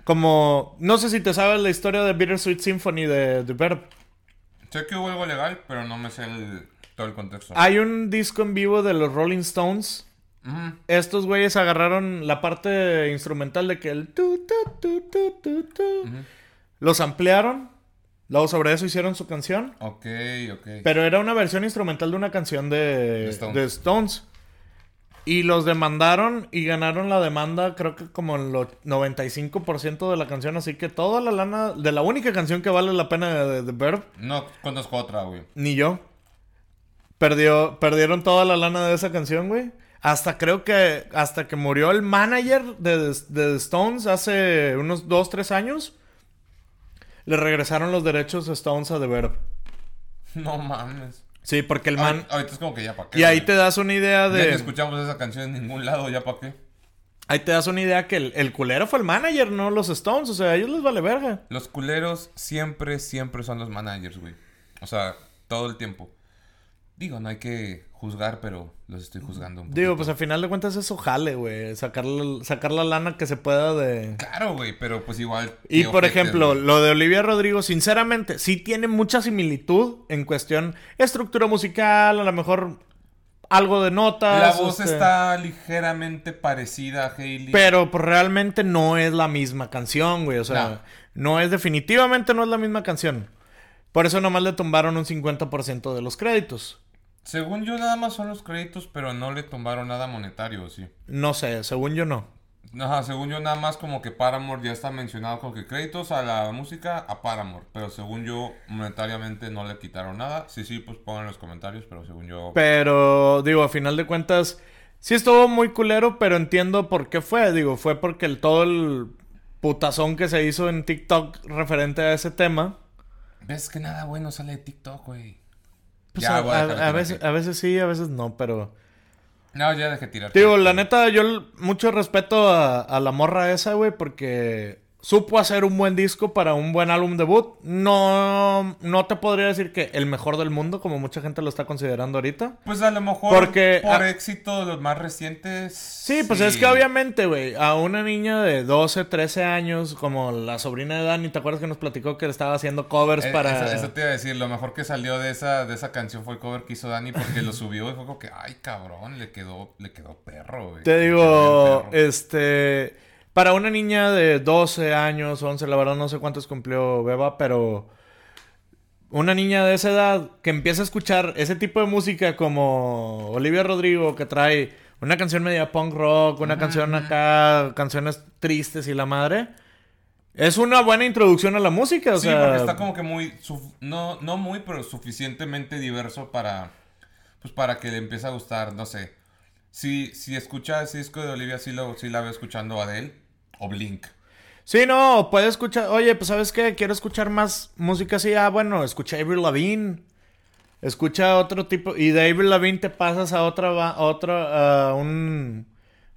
S1: como. No sé si te sabes la historia de Bittersweet Symphony de The Verb.
S2: Sé que hubo algo legal, pero no me sé el- todo el contexto.
S1: Hay un disco en vivo de los Rolling Stones.
S2: Ujú.
S1: Estos güeyes agarraron la parte instrumental de que el tu, tu, tu, tu, tu, tu. los ampliaron, luego sobre eso hicieron su canción,
S2: Ok, ok.
S1: pero era una versión instrumental de una canción de,
S2: De Stones.
S1: de Stones. Y los demandaron y ganaron la demanda, creo que como el och- 95% de la canción, así que toda la lana de la única canción que vale la pena de The Verb,
S2: No conozco otra, güey.
S1: ni yo. Perdió, perdieron toda la lana de esa canción, güey. Hasta creo que hasta que murió el manager de, de The Stones hace unos 2, 3 años, le regresaron los derechos de Stones a The Verb.
S2: No mames.
S1: Sí, porque el man...
S2: Ahorita ahorita es como que ya pa' qué.
S1: y ahí
S2: güey.
S1: te das una idea
S2: Ya que
S1: de...
S2: escuchamos esa canción en ningún lado, ya pa' qué.
S1: Ahí te das una idea que el, el culero fue el manager, no los Stones. O sea, a ellos les vale verga.
S2: Los culeros siempre, siempre son los managers, güey. O sea, todo el tiempo. Digo, no hay que juzgar, pero los estoy juzgando un
S1: Digo,
S2: poquito.
S1: pues al final de cuentas eso jale, güey. Sacar, la- sacar la lana que se pueda de...
S2: Claro, güey, pero pues igual.
S1: Y
S2: qué
S1: por
S2: ojetes,
S1: ejemplo,
S2: güey.
S1: lo de Olivia Rodrigo, sinceramente, sí tiene mucha similitud en cuestión estructura musical, a lo mejor algo de notas.
S2: la voz
S1: este,
S2: está ligeramente parecida a Hailey.
S1: Pero pues, realmente no es la misma canción, güey. O sea, no. es definitivamente no es la misma canción. Por eso nomás le tumbaron un 50% de los créditos.
S2: Según yo, nada más son los créditos, pero no le tomaron nada monetario, sí.
S1: No sé, según yo no.
S2: Ajá, según yo, nada más como que Paramore ya está mencionado con que créditos a la música a Paramore. Pero según yo, monetariamente no le quitaron nada. Sí, sí, pues pongan en los comentarios, pero según yo.
S1: Pero digo, a final de cuentas, sí estuvo muy culero, pero entiendo por qué fue. Digo, fue porque el, todo el putazón que se hizo en TikTok referente a ese tema.
S2: ¿Ves que nada bueno sale de TikTok, güey?
S1: Pues
S2: Ya,
S1: a,
S2: voy a
S1: a-
S2: dejar de
S1: a
S2: tirar
S1: veces,
S2: hate.
S1: a veces sí, a veces no, pero...
S2: No, ya dejé tirar.
S1: Digo,
S2: hate.
S1: la neta, yo l- mucho respeto a, a la morra esa, güey, porque supo hacer un buen disco para un buen álbum debut. No, no te podría decir que el mejor del mundo, como mucha gente lo está considerando ahorita.
S2: Pues a lo mejor
S1: Porque-
S2: por
S1: ah.
S2: éxito de los más recientes.
S1: Sí, pues es que obviamente, güey, a una niña de 12, 13 años, como la sobrina de Dani, ¿te acuerdas que nos platicó que estaba haciendo covers
S2: Eh,
S1: para...
S2: Eso, eso te iba a decir, lo mejor que salió de esa, de esa canción fue el cover que hizo Dani porque lo subió y fue como que, ay cabrón, le quedó, le quedó perro, güey.
S1: Te
S2: Le
S1: digo,
S2: quedó bien perro.
S1: este, para una niña de 12 años, 11, la verdad no sé cuántos cumplió Beba, pero una niña de esa edad que empieza a escuchar ese tipo de música como Olivia Rodrigo, que trae una canción media punk rock, una canción acá, canciones tristes y la madre, es una buena introducción a la música, o
S2: sí,
S1: sea,
S2: porque está como que muy, suf- no, no muy, pero suficientemente diverso para, pues para que le empiece a gustar, no sé. Si, si escucha ese disco de Olivia, sí, lo, sí la veo escuchando a Adele o Blink.
S1: Sí, no, puede escuchar. Oye, pues ¿sabes qué? Quiero escuchar más música así. Ah, bueno, escucha Avril Lavigne. Escucha otro tipo. Y de Avril Lavigne te pasas a otra. ba- a otra a un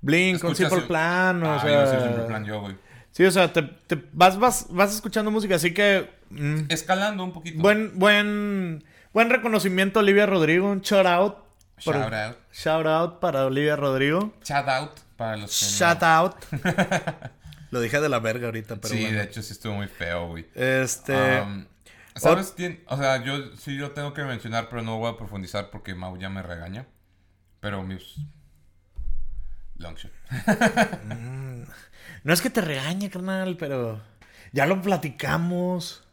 S1: Blink, un
S2: Escuchas
S1: Simple
S2: el-
S1: Plan. O
S2: Ah,
S1: sea,
S2: iba a decir Simple Plan yo, güey.
S1: Sí, o sea, te, te vas, vas, vas escuchando música. Así que. mm,
S2: Escalando un poquito.
S1: buen, buen, buen reconocimiento, Olivia Rodrigo. Un shout out. por-
S2: Shout out.
S1: shout out para Olivia Rodrigo.
S2: Shout out para los que no-
S1: Shout out. Lo dije de la verga ahorita, pero
S2: Sí,
S1: bueno.
S2: de hecho sí estuvo muy feo, güey.
S1: Este.
S2: Um, ¿Sabes quién? O sea, yo sí lo tengo que mencionar, pero no voy a profundizar porque Mau ya me regaña. Pero mis... Longshot.
S1: No es que te regañe, carnal, pero ya lo platicamos.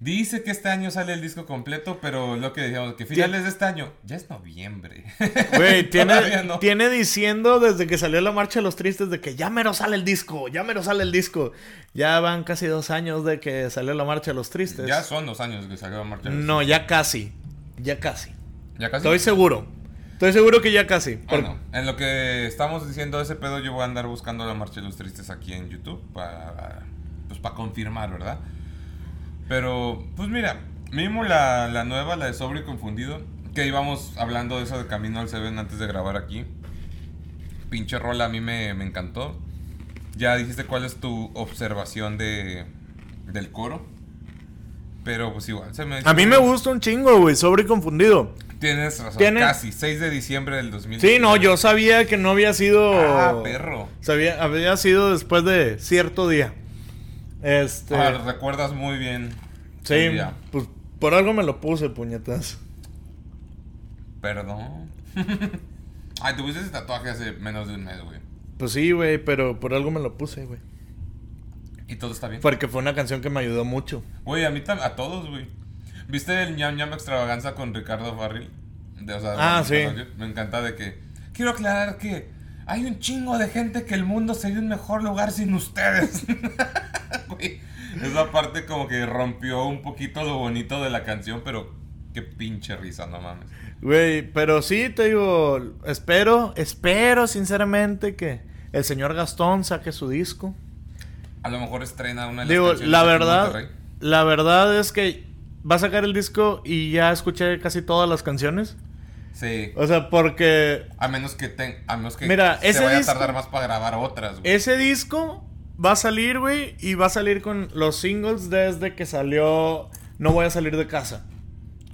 S2: Dice que este año sale el disco completo, pero lo que decíamos, que finales de este año, ya es noviembre.
S1: Güey,
S2: Todavía
S1: tiene,
S2: no.
S1: tiene diciendo desde que salió la Marcha de los Tristes de que ya mero sale el disco, ya mero sale el disco. Ya van casi dos años de que salió la Marcha de los Tristes.
S2: ya son dos años que salió Marcha. de los-
S1: Este No, ya casi. Ya casi.
S2: Ya casi.
S1: Estoy seguro. Estoy seguro que ya casi.
S2: Ah,
S1: Por-
S2: no. En lo que estamos diciendo ese pedo, yo voy a andar buscando la Marcha de los Tristes aquí en YouTube para, pues, para confirmar, ¿verdad? Pero, pues mira, mismo la, la nueva, la de Sobre y Confundido, que íbamos hablando de eso de Camino al Seven antes de grabar aquí. Pinche rola, a mí me, me encantó. Ya dijiste cuál es tu observación de, del coro. Pero pues igual, se me...
S1: A mí me gusta un chingo, güey, sobre y confundido.
S2: Tienes razón.
S1: Tiene-
S2: Casi, 6 de diciembre del 2000.
S1: Sí, no, yo sabía que no había sido.
S2: Ah, perro.
S1: Sabía, había sido después de cierto día. Este.
S2: Ah, recuerdas muy bien.
S1: sí,
S2: el día.
S1: pues por algo me lo puse, puñetas.
S2: Perdón. Ay, tuviste ese tatuaje hace menos de un mes, güey.
S1: Pues sí, güey, pero por algo me lo puse, güey.
S2: Y todo está bien.
S1: Porque fue una canción que me ayudó mucho.
S2: Güey, a mí tam- a todos, güey. ¿Viste el ñam ñam extravaganza con Ricardo Farril? De- o sea,
S1: Ah,
S2: de-
S1: sí.
S2: de- Me encanta de que. Quiero aclarar que hay un chingo de gente que el mundo sería un mejor lugar sin ustedes. Güey, esa parte como que rompió un poquito lo bonito de la canción, pero qué pinche risa, no mames.
S1: Güey, pero sí, te digo, espero, espero sinceramente que el señor Gastón saque su disco.
S2: A lo mejor estrena una de las
S1: Digo,
S2: canciones
S1: la
S2: aquí en
S1: verdad,
S2: Monterrey.
S1: la verdad es que va a sacar el disco y ya escuché casi todas las canciones.
S2: Sí.
S1: O sea, porque
S2: A menos que, ten- a menos que
S1: Mira,
S2: se
S1: ese
S2: vaya
S1: disco-
S2: a tardar más para grabar otras, güey.
S1: ese disco va a salir, güey, y va a salir con los singles desde que salió No voy a salir de casa.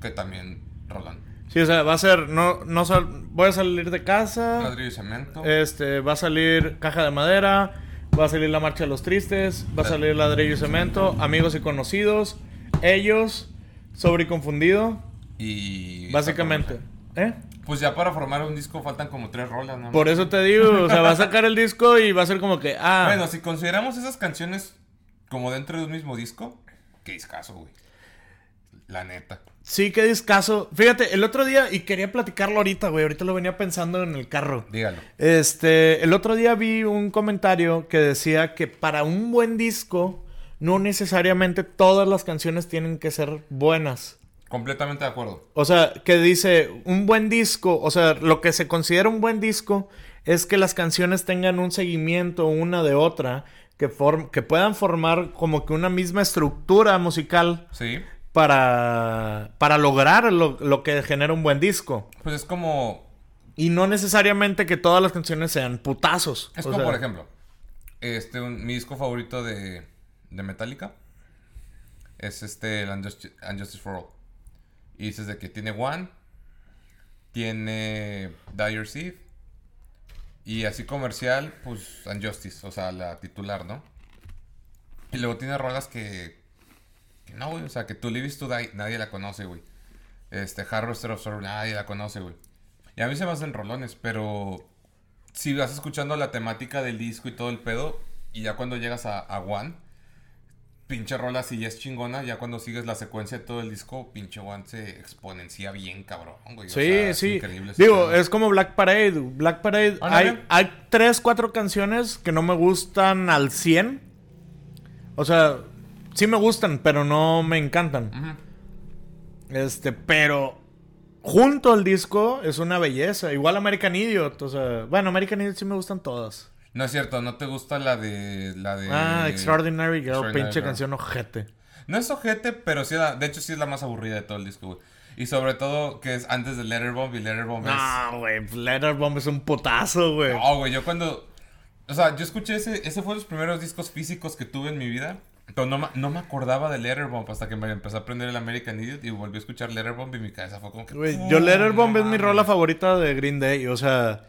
S2: Que también Roland.
S1: Sí, o sea, va a ser no no sal- voy a salir de casa.
S2: Ladrillo y cemento.
S1: Este, va a salir Caja de Madera, va a salir La Marcha de los Tristes, va a salir Ladrillo y Cemento, Amigos y Conocidos, Ellos, Sobre y Confundido,
S2: y.
S1: básicamente. ¿Eh?
S2: Pues ya para formar un disco faltan como tres rolas, ¿no?
S1: Por eso te digo, o sea, va a sacar el disco y va a ser como que, ah,
S2: Bueno, si consideramos esas canciones como dentro de un mismo disco, qué discazo, güey. La neta.
S1: sí, qué discazo. Fíjate, el otro día, y quería platicarlo ahorita, güey, ahorita lo venía pensando en el carro.
S2: Dígalo.
S1: Este, el otro día vi un comentario que decía que para un buen disco, no necesariamente todas las canciones tienen que ser buenas.
S2: Completamente de acuerdo.
S1: O sea, que dice un buen disco, o sea, lo que se considera un buen disco es que las canciones tengan un seguimiento una de otra, que, form- que puedan formar como que una misma estructura musical
S2: Sí.
S1: para, para lograr lo, lo que genera un buen disco.
S2: Pues es como.
S1: Y no necesariamente que todas las canciones sean putazos.
S2: Es
S1: o
S2: como,
S1: sea,
S2: por ejemplo, este, un- mi disco favorito de, de Metallica es este, el Unjust- Unjustice for All. Y dices de que tiene One, tiene Dire Thief, y así comercial, pues Unjustice, o sea, la titular, ¿no? Y luego tiene rolas que, que no, güey, o sea, que To Live is To Die, nadie la conoce, güey. Este, Harvester of Sorrow, nadie la conoce, güey. Y a mí se me hacen rolones, pero si vas escuchando la temática del disco y todo el pedo, y ya cuando llegas a, a One, pinche rola si ya es chingona, ya cuando sigues la secuencia de todo el disco, pinche One se exponencia bien, cabrón, güey. o
S1: Sí,
S2: sea, es
S1: sí.
S2: increíble ese
S1: Digo,
S2: pedo. Ah,
S1: es como Black Parade. Black Parade,
S2: Ándale.
S1: hay, hay tres, cuatro canciones que no me gustan al 100. O sea, sí me gustan, pero no me encantan.
S2: Ujú.
S1: Este, pero junto al disco es una belleza. Igual American Idiot. O sea, bueno, American Idiot sí me gustan todas.
S2: No es cierto, no te gusta la de. La de
S1: ah, Extraordinary Girl,
S2: Extraordinary
S1: pinche
S2: Girl.
S1: canción ojete.
S2: No es ojete, pero sí, la- de hecho, sí es la más aburrida de todo el disco, güey. Y sobre todo que es antes de Letterbomb y Letterbomb es.
S1: No, güey, Letterbomb es un potazo, güey.
S2: No, güey, yo cuando. O sea, yo escuché ese. Ese fue de los primeros discos físicos que tuve en mi vida. Pero no, ma- no me acordaba de Letterbomb hasta que me empecé a aprender el American Idiot y volví a escuchar Letterbomb y mi cabeza fue como que.
S1: Güey,
S2: "Oh,
S1: yo Letterbomb
S2: no
S1: es mi
S2: mames".
S1: rola favorita de Green Day. O sea,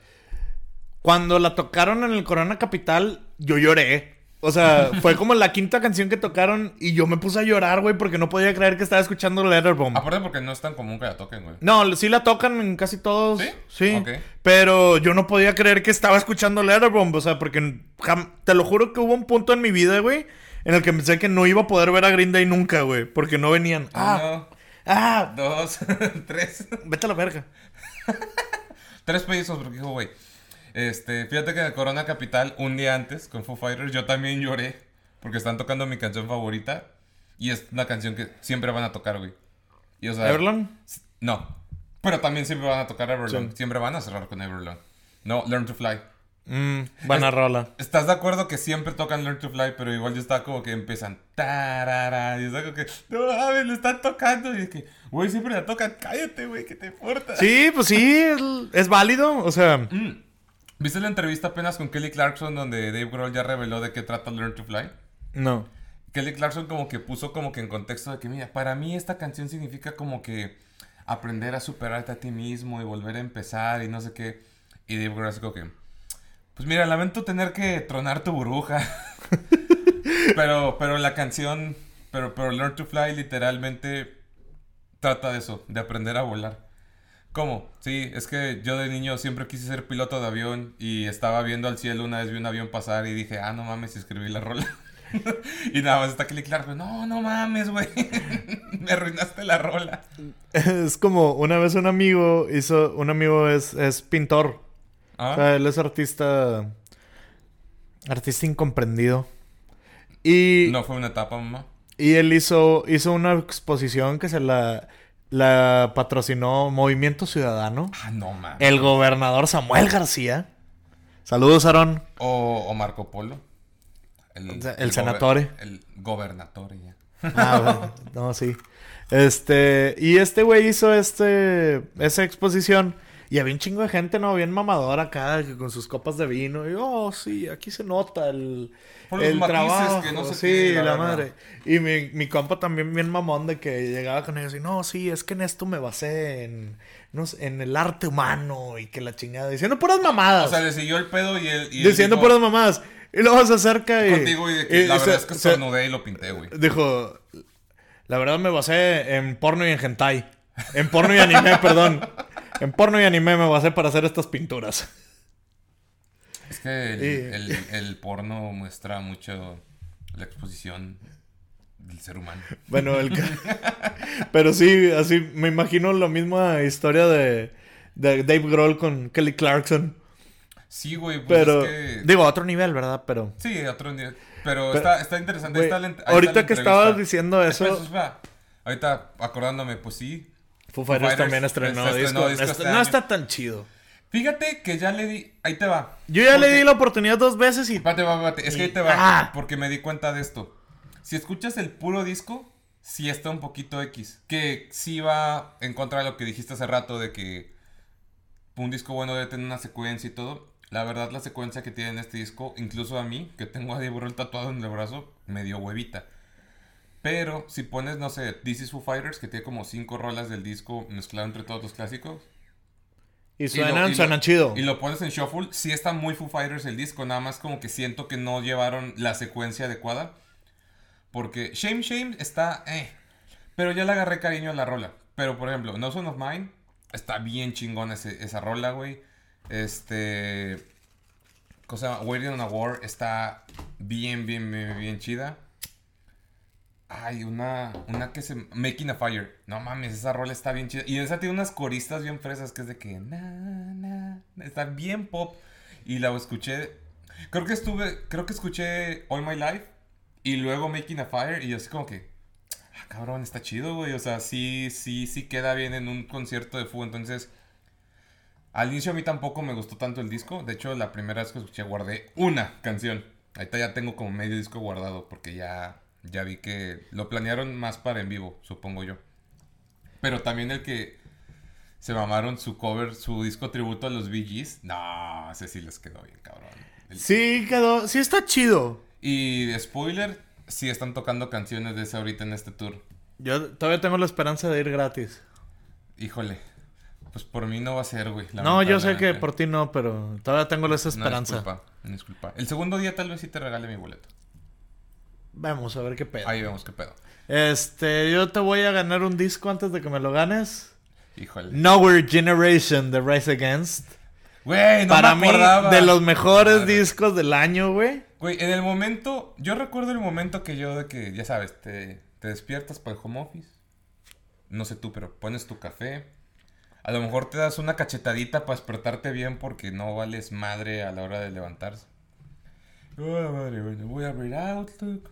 S1: cuando la tocaron en el Corona Capital, yo lloré. O sea, fue como la quinta canción que tocaron y yo me puse a llorar, güey, porque no podía creer que estaba escuchando Letterbomb.
S2: Aparte porque no es tan común que la toquen, güey.
S1: No, sí la tocan en casi todos.
S2: ¿Sí?
S1: Sí.
S2: Ok.
S1: Pero yo no podía creer que estaba escuchando Letterbomb. O sea, porque jam- te lo juro que hubo un punto en mi vida, güey, en el que pensé que no iba a poder ver a Green Day nunca, güey, porque no venían. Ah,
S2: Uno,
S1: ah,
S2: dos, tres.
S1: vete a la verga.
S2: Tres pesos, porque dijo, güey. Este, fíjate que en el Corona Capital, un día antes, con Foo Fighters, yo también lloré. Porque están tocando mi canción favorita. Y es una canción que siempre van a tocar, güey. Y, o sea,
S1: Everlong.
S2: No. Pero también siempre van a tocar Everlong.
S1: Sí.
S2: Siempre van a cerrar con Everlong. No, Learn to Fly.
S1: Mm, buena rola.
S2: ¿Estás de acuerdo que siempre tocan Learn to Fly? Pero igual yo estaba como que empiezan. Tarara, y está como que. No mames, lo están tocando. Y es que, güey, siempre la tocan. Cállate, güey, que te importa.
S1: Sí, pues sí, es- es válido. O sea,
S2: Mm. ¿Viste la entrevista apenas con Kelly Clarkson donde Dave Grohl ya reveló de qué trata Learn to Fly?
S1: no.
S2: Kelly Clarkson como que puso como que en contexto de que, mira, para mí esta canción significa como que aprender a superarte a ti mismo y volver a empezar y no sé qué. Y Dave Grohl así como que, pues mira, lamento tener que tronar tu burbuja. pero, pero la canción, pero, pero Learn to Fly literalmente trata de eso, de aprender a volar. ¿Cómo? Sí, es que yo de niño siempre quise ser piloto de avión y estaba viendo al cielo una vez vi un avión pasar y dije, ah, no mames, y escribí la rola. y nada más está Kelly Clark, no, no mames, güey, me arruinaste la rola.
S1: Es como una vez un amigo hizo, un amigo es, es pintor.
S2: Ah,
S1: O sea, él es artista, artista incomprendido. Y
S2: No fue una etapa, mamá.
S1: Y él hizo, hizo una exposición que se la, la patrocinó Movimiento Ciudadano.
S2: Ah, no mames.
S1: El gobernador Samuel García. Saludos, Aarón.
S2: O, o Marco Polo. El,
S1: sea, el
S2: gober-
S1: senatore.
S2: El gobernatore, ya.
S1: Ah, bueno, no, sí. Este, y este güey hizo este, esa exposición. Y había un chingo de gente, ¿no? Bien mamadora acá, que con sus copas de vino. Y, oh, sí, aquí se nota el,
S2: Por los
S1: el
S2: matices
S1: trabajo.
S2: que no se
S1: sí,
S2: tienen, la
S1: la,
S2: verdad.
S1: madre. Y mi, mi compa también bien mamón de que llegaba con ellos y, no, sí, es que en esto me basé en, no sé, en el arte humano y que la chingada. Diciendo puras mamadas.
S2: O sea, le siguió el pedo y él. Y él
S1: Ah, diciendo Eh,
S2: dijo,
S1: puras mamadas. Y luego se acerca y...
S2: Contigo y de que la
S1: y
S2: verdad
S1: se-
S2: es que
S1: se-
S2: estornudé y lo pinté, güey.
S1: Dijo, la verdad me basé en porno y en hentai. En porno y anime, perdón. En porno y anime me basé para hacer estas pinturas.
S2: Es que el,
S1: Eh.
S2: el, el porno muestra mucho la exposición del ser humano.
S1: Bueno, el... ca- Pero sí, así me imagino la misma historia de, de Dave Grohl con Kelly Clarkson.
S2: Sí, güey, pues
S1: Pero...
S2: es que.
S1: Digo, a otro nivel, ¿verdad? Pero...
S2: Sí, otro nivel. Pero,
S1: Pero-
S2: está, está interesante. ahí
S1: güey,
S2: está la ent- ahí está la
S1: ahorita que
S2: entrevista.
S1: estabas diciendo eso...
S2: Espera, espera. Ahorita acordándome, pues sí.
S1: Foo Fighters
S2: Fighters
S1: también estrenó,
S2: estrenó
S1: disco.
S2: disco
S1: Est-
S2: este
S1: no
S2: año.
S1: está tan chido.
S2: Fíjate que ya le di. Ahí te va.
S1: Yo ya le
S2: Porque-
S1: di la oportunidad dos veces y...
S2: Espérate, espérate, espérate. Es que ahí te va.
S1: Ah.
S2: Porque me di cuenta de esto. Si escuchas el puro disco, sí está un poquito X. Que sí va en contra de lo que dijiste hace rato de que un disco bueno debe tener una secuencia y todo. La verdad, la secuencia que tiene en este disco, incluso a mí, que tengo a Dave Grohl tatuado en el brazo, me dio huevita. Pero si pones, no sé, This is Foo Fighters, que tiene como cinco rolas del disco mezclado entre todos los clásicos,
S1: Y
S2: y lo-
S1: suenan,
S2: y lo-
S1: suenan chido.
S2: Y lo pones en shuffle, sí está muy Foo Fighters el disco, nada más como que siento que no llevaron la secuencia adecuada. Porque Shame Shame está, eh, pero ya le agarré cariño a la rola. Pero por ejemplo, No Son of Mine está bien chingón ese- esa rola, güey. Este, cosa, Waiting on a War está bien, bien, bien, bien chida. Ay, una, una que se... Making a Fire. No mames, esa rola está bien chida. Y esa tiene unas coristas bien fresas que es de que... na, na, na, está bien pop. Y la escuché... Creo que estuve... Creo que escuché All My Life. Y luego Making a Fire. Y yo así como que... Ah, cabrón, está chido, güey. O sea, sí, sí, sí queda bien en un concierto de fútbol. Entonces... Al inicio a mí tampoco me gustó tanto el disco. De hecho, la primera vez que escuché guardé una canción. Ahorita ya tengo como medio disco guardado porque ya, ya vi que lo planearon más para en vivo, supongo yo. Pero también el que se mamaron su cover, su disco tributo a los Bee Gees. No, ese sí les quedó bien, cabrón. El-
S1: Sí, quedó. Sí, está chido.
S2: Y spoiler, sí están tocando canciones de ese ahorita en este tour.
S1: Yo todavía tengo la esperanza de ir gratis.
S2: Híjole, pues por mí no va a ser, güey.
S1: No, yo sé que
S2: lamentablemente.
S1: por ti no, pero todavía tengo esa
S2: No,
S1: esperanza.
S2: disculpa, no, disculpa. El segundo día tal vez sí te regale mi boleto.
S1: Vamos a ver qué pedo.
S2: Ahí vemos qué pedo.
S1: Este, yo te voy a ganar un disco antes de que me lo ganes.
S2: Híjole.
S1: Nowhere Generation de Rise Against.
S2: Güey, no
S1: Para
S2: me
S1: mí,
S2: acordaba.
S1: de los mejores
S2: Madre.
S1: discos del año, güey.
S2: Güey, en el momento, yo recuerdo el momento que yo de que, ya sabes, te, te despiertas para el home office. No sé tú, pero pones tu café. A lo mejor te das una cachetadita para despertarte bien porque no vales madre a la hora de levantarse. Oh, madre, bueno, voy a abrir Outlook.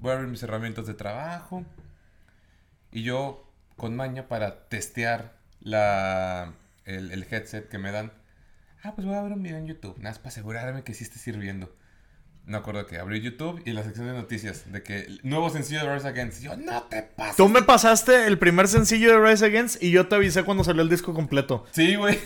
S2: Voy a abrir mis herramientas de trabajo. Y yo, con maña, para testear la, el, el headset que me dan. Ah, pues voy a abrir un video en YouTube. Nada más para asegurarme que sí esté sirviendo. Me acuerdo que abrí YouTube y la sección de noticias de que el nuevo sencillo de Rise Against. Yo, no te pases.
S1: Tú me pasaste el primer sencillo de Rise Against y yo te avisé cuando salió el disco completo.
S2: Sí, güey.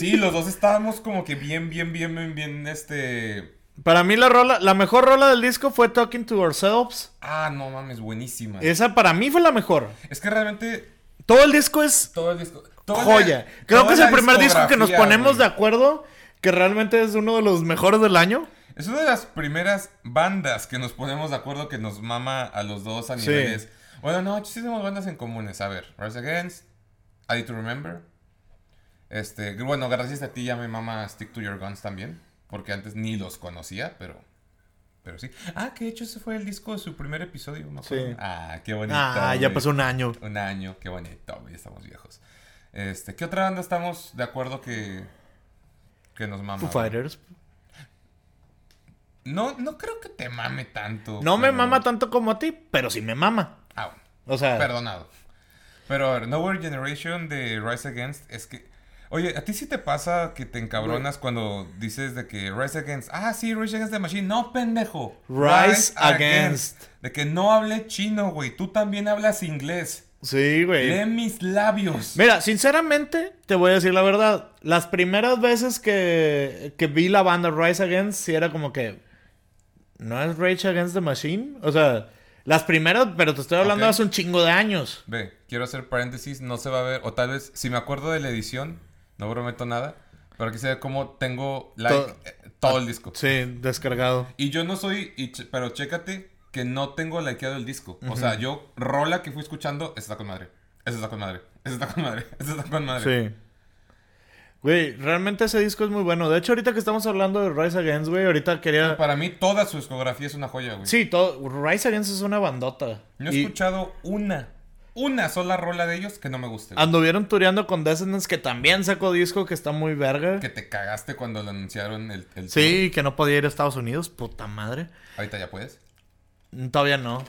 S2: Sí, los dos estábamos como que bien, bien, bien, bien, bien, este...
S1: Para mí la rola, la mejor rola del disco fue Talking to Ourselves.
S2: Ah, no mames, buenísima. Es,
S1: Esa para mí fue la mejor.
S2: que realmente
S1: Todo el disco es
S2: Todo el disco. toda la-
S1: joya. Creo
S2: toda
S1: que es el
S2: la
S1: primer disco que nos
S2: discografía,
S1: ponemos
S2: güey.
S1: de acuerdo que realmente es uno de los mejores del año.
S2: Es una de las primeras bandas que nos ponemos de acuerdo que nos mama a los dos a
S1: Sí.
S2: niveles. Bueno, no, sí tenemos bandas en comunes. A ver, Rise Against, I Need to Remember. Este, bueno, gracias a ti ya me mama Stick to Your Guns también. Porque antes ni los conocía, pero. Pero sí. Ah, que de hecho ese fue el disco de su primer episodio, me acuerdo.
S1: Sí.
S2: Ah, qué bonito.
S1: Ah, ya
S2: güey.
S1: pasó un año.
S2: Un año, qué bonito, güey, estamos viejos. Este, ¿qué otra banda estamos de acuerdo que. que nos mama?
S1: Foo
S2: güey?
S1: Fighters.
S2: No, no creo que te mame tanto.
S1: No me
S2: pero-
S1: mama tanto como a ti, pero sí me mama.
S2: Ah, bueno,
S1: O sea,
S2: perdonado. Pero a ver, Nowhere Generation de Rise Against es que. Oye, ¿a ti sí te pasa que te encabronas cuando dices de que Rise Against. Ah, sí, Rise Against the Machine. No, pendejo.
S1: Rise Against.
S2: De que no hable chino, güey. Tú también hablas inglés.
S1: sí, güey.
S2: Lee mis labios.
S1: Mira, sinceramente, te voy a decir la verdad. Las primeras veces que, que vi la banda Rise Against, sí era como que. ¿No es Rage Against the Machine? O sea, las primeras, pero te estoy hablando
S2: Ok.
S1: hace un chingo de años.
S2: Ve, quiero hacer paréntesis, no se va a ver, o tal vez, si me acuerdo de la edición, no prometo nada, pero aquí se ve cómo tengo like,
S1: Todo-
S2: eh, todo el disco.
S1: Sí, descargado.
S2: Y yo no soy, y ch- pero chécate que no tengo likeado el disco. O sea, yo, rola que fui escuchando, esa está con madre, esa está con madre, esa está con madre, esa está con madre.
S1: Sí. Güey, realmente ese disco es muy bueno. De hecho, ahorita que estamos hablando de Rise Against, güey, ahorita quería.
S2: Para mí, toda su discografía es una joya, güey.
S1: Sí, todo. Rise Against es una bandota.
S2: No he
S1: Y
S2: escuchado una, una sola rola de ellos que no me guste. güey.
S1: anduvieron tureando con Descendants, que también sacó disco que está muy verga.
S2: Que te cagaste cuando lo anunciaron el... el
S1: Sí, que no podía ir a Estados Unidos, puta madre.
S2: Ahorita ya puedes.
S1: Mm, Todavía no.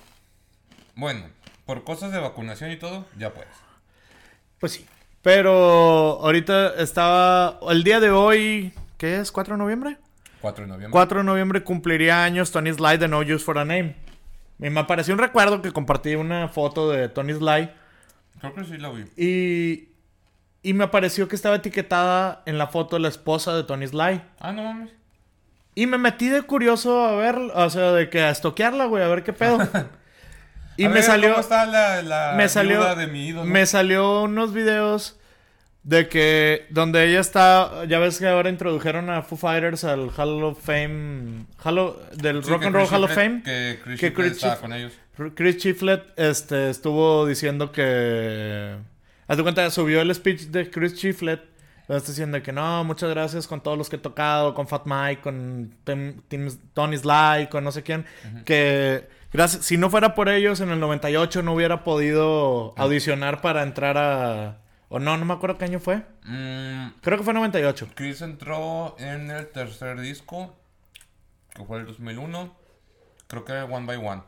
S2: Bueno, por cosas de vacunación y todo, ya puedes.
S1: Pues sí. Pero ahorita estaba. El día de hoy. ¿Qué es? ¿4 de noviembre?
S2: 4 de noviembre.
S1: 4 de noviembre cumpliría años Tony Sly de No Use for a Name. Y me apareció un recuerdo que compartí una foto de Tony Sly.
S2: Creo que sí la vi.
S1: Y. Y me apareció que estaba etiquetada en la foto la esposa de Tony Sly.
S2: Ah, no mames.
S1: Y me metí de curioso a ver, o sea, de que a estoquearla, güey, a ver qué pedo. y
S2: A
S1: me
S2: ver,
S1: salió.
S2: ¿Cómo está la, la
S1: me salió
S2: viuda de mi ídolo?
S1: me salió unos videos de que donde ella está ya ves que ahora introdujeron a Foo Fighters al Hall of Fame Hall of- del
S2: Sí,
S1: Rock
S2: que
S1: and Roll
S2: Chris
S1: Hall of Fame
S2: Shiflett- Que Chris
S1: que
S2: Shiflett
S1: Chris
S2: estaba
S1: Shif-
S2: con ellos.
S1: Chris Chiflet este estuvo diciendo que haz de cuenta subió el speech de Chris Chiflet donde está diciendo que no muchas gracias con todos los que he tocado con Fat Mike con Tim- Tim- Tony Sly con no sé quién que gracias si no fuera por ellos en el 98 no hubiera podido
S2: Ah.
S1: audicionar para entrar a o no no me acuerdo qué año fue
S2: Mm,
S1: creo que fue 98
S2: Chris entró en el tercer disco, que fue el 2001. Creo que era One by One.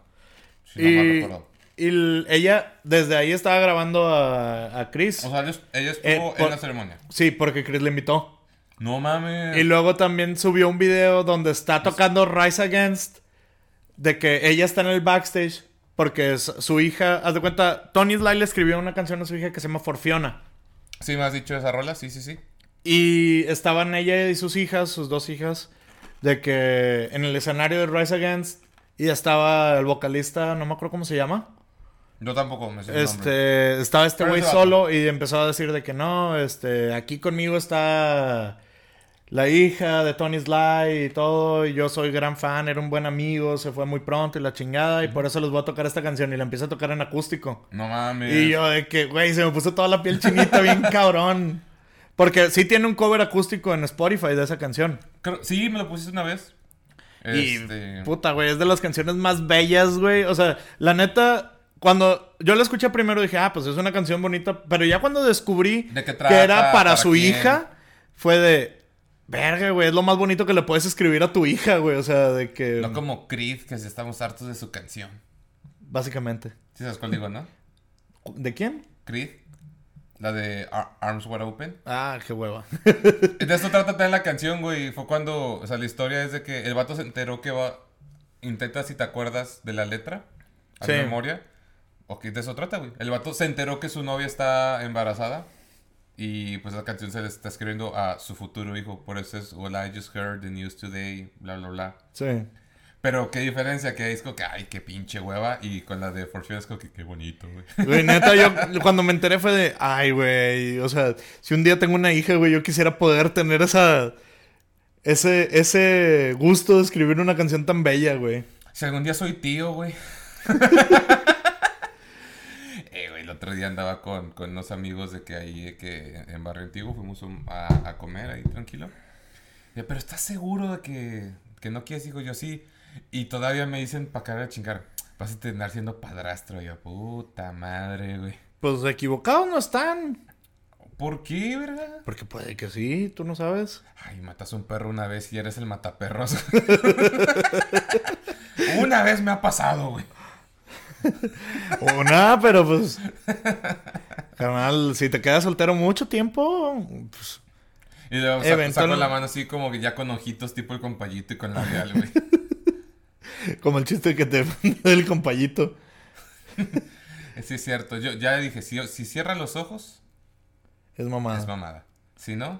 S2: Si no mal
S1: y,
S2: recuerdo.
S1: y l- ella desde ahí estaba grabando a, a Chris
S2: O sea, ellos- ella estuvo
S1: Eh, por-
S2: en la ceremonia.
S1: sí porque Chris le invitó
S2: No mames.
S1: Y luego también subió un video donde está tocando Rise Against, de que ella está en el backstage, porque es- su hija, haz de cuenta, Tony Sly le escribió una canción a su hija que se llama Forfiona.
S2: Sí, me has dicho esa rola. Sí, sí, sí.
S1: Y estaban ella y sus hijas, sus dos hijas, de que en el escenario de Rise Against, y estaba el vocalista, no me acuerdo cómo se llama.
S2: Yo tampoco me sé su nombre.
S1: Este, estaba este
S2: Pero
S1: güey
S2: ese vato.
S1: solo y empezó a decir de que no, este, aquí conmigo está la hija de Tony Sly y todo, y yo soy gran fan, era un buen amigo, se fue muy pronto y la chingada, y por eso les voy a tocar esta canción y la empieza a tocar en acústico.
S2: No mames.
S1: Y yo de que, güey, se me puso toda la piel chinita bien cabrón. Porque sí tiene un cover acústico en Spotify de esa canción.
S2: Creo- sí, me lo pusiste una vez.
S1: Y pues,
S2: Este,
S1: puta, güey, es de las canciones más bellas, güey. O sea, la neta, cuando yo la escuché primero dije, ah, pues es una canción bonita. Pero ya cuando descubrí
S2: ¿De qué
S1: que
S2: trata?
S1: era para,
S2: ¿Para
S1: su
S2: quién?
S1: hija, fue de, verga, güey, es lo más bonito que le puedes escribir a tu hija, güey. O sea, de que.
S2: No como Creed, que se estamos hartos de su canción.
S1: Básicamente.
S2: ¿Sí sabes cuál digo, no?
S1: ¿De quién?
S2: Creed. La de Ar- Arms Were Open.
S1: Ah, qué hueva.
S2: De esto trata también la canción, güey. Fue cuando, o sea, la historia es de que el vato se enteró que va... Intenta si te acuerdas de la letra. A
S1: Sí.
S2: la memoria. O que de eso trata, güey. El vato se enteró que su novia está embarazada. Y pues la canción se le está escribiendo a su futuro hijo. Por eso es, well, I just heard the news today, bla, bla, bla.
S1: Sí.
S2: Pero qué diferencia, qué disco que, ay, qué pinche hueva. Y con la de For Sure, es como que qué bonito, güey.
S1: Güey, neta, yo cuando me enteré fue de, ay, güey, o sea, si un día tengo una hija, güey, yo quisiera poder tener esa, ese, ese gusto de escribir una canción tan bella, güey.
S2: Si algún día soy tío, güey. eh, güey, el otro día andaba con, con unos amigos de que ahí, eh, que en Barrio Antiguo, fuimos un- a, a comer ahí tranquilo. Eh, Pero ¿estás seguro de que, que no quieres, hijo? Yo sí. Y todavía me dicen, para cagar a chingar, vas a terminar siendo padrastro. Y yo, puta madre, güey.
S1: Pues equivocados no están.
S2: ¿Por qué, verdad?
S1: Porque puede que sí, tú no sabes.
S2: Ay, matas un perro una vez y eres el mataperros. una vez me ha pasado, güey.
S1: O nada, pero pues. Carnal, si te quedas soltero mucho tiempo, pues,
S2: Y luego saco,
S1: Eventual-
S2: saco la mano así como que ya con ojitos, tipo el compayito y con la real, güey.
S1: como el chiste que te del compayito.
S2: sí, es cierto. Yo ya dije, si, si cierra los ojos,
S1: Es mamada.
S2: es
S1: Es,
S2: mamada. Si no,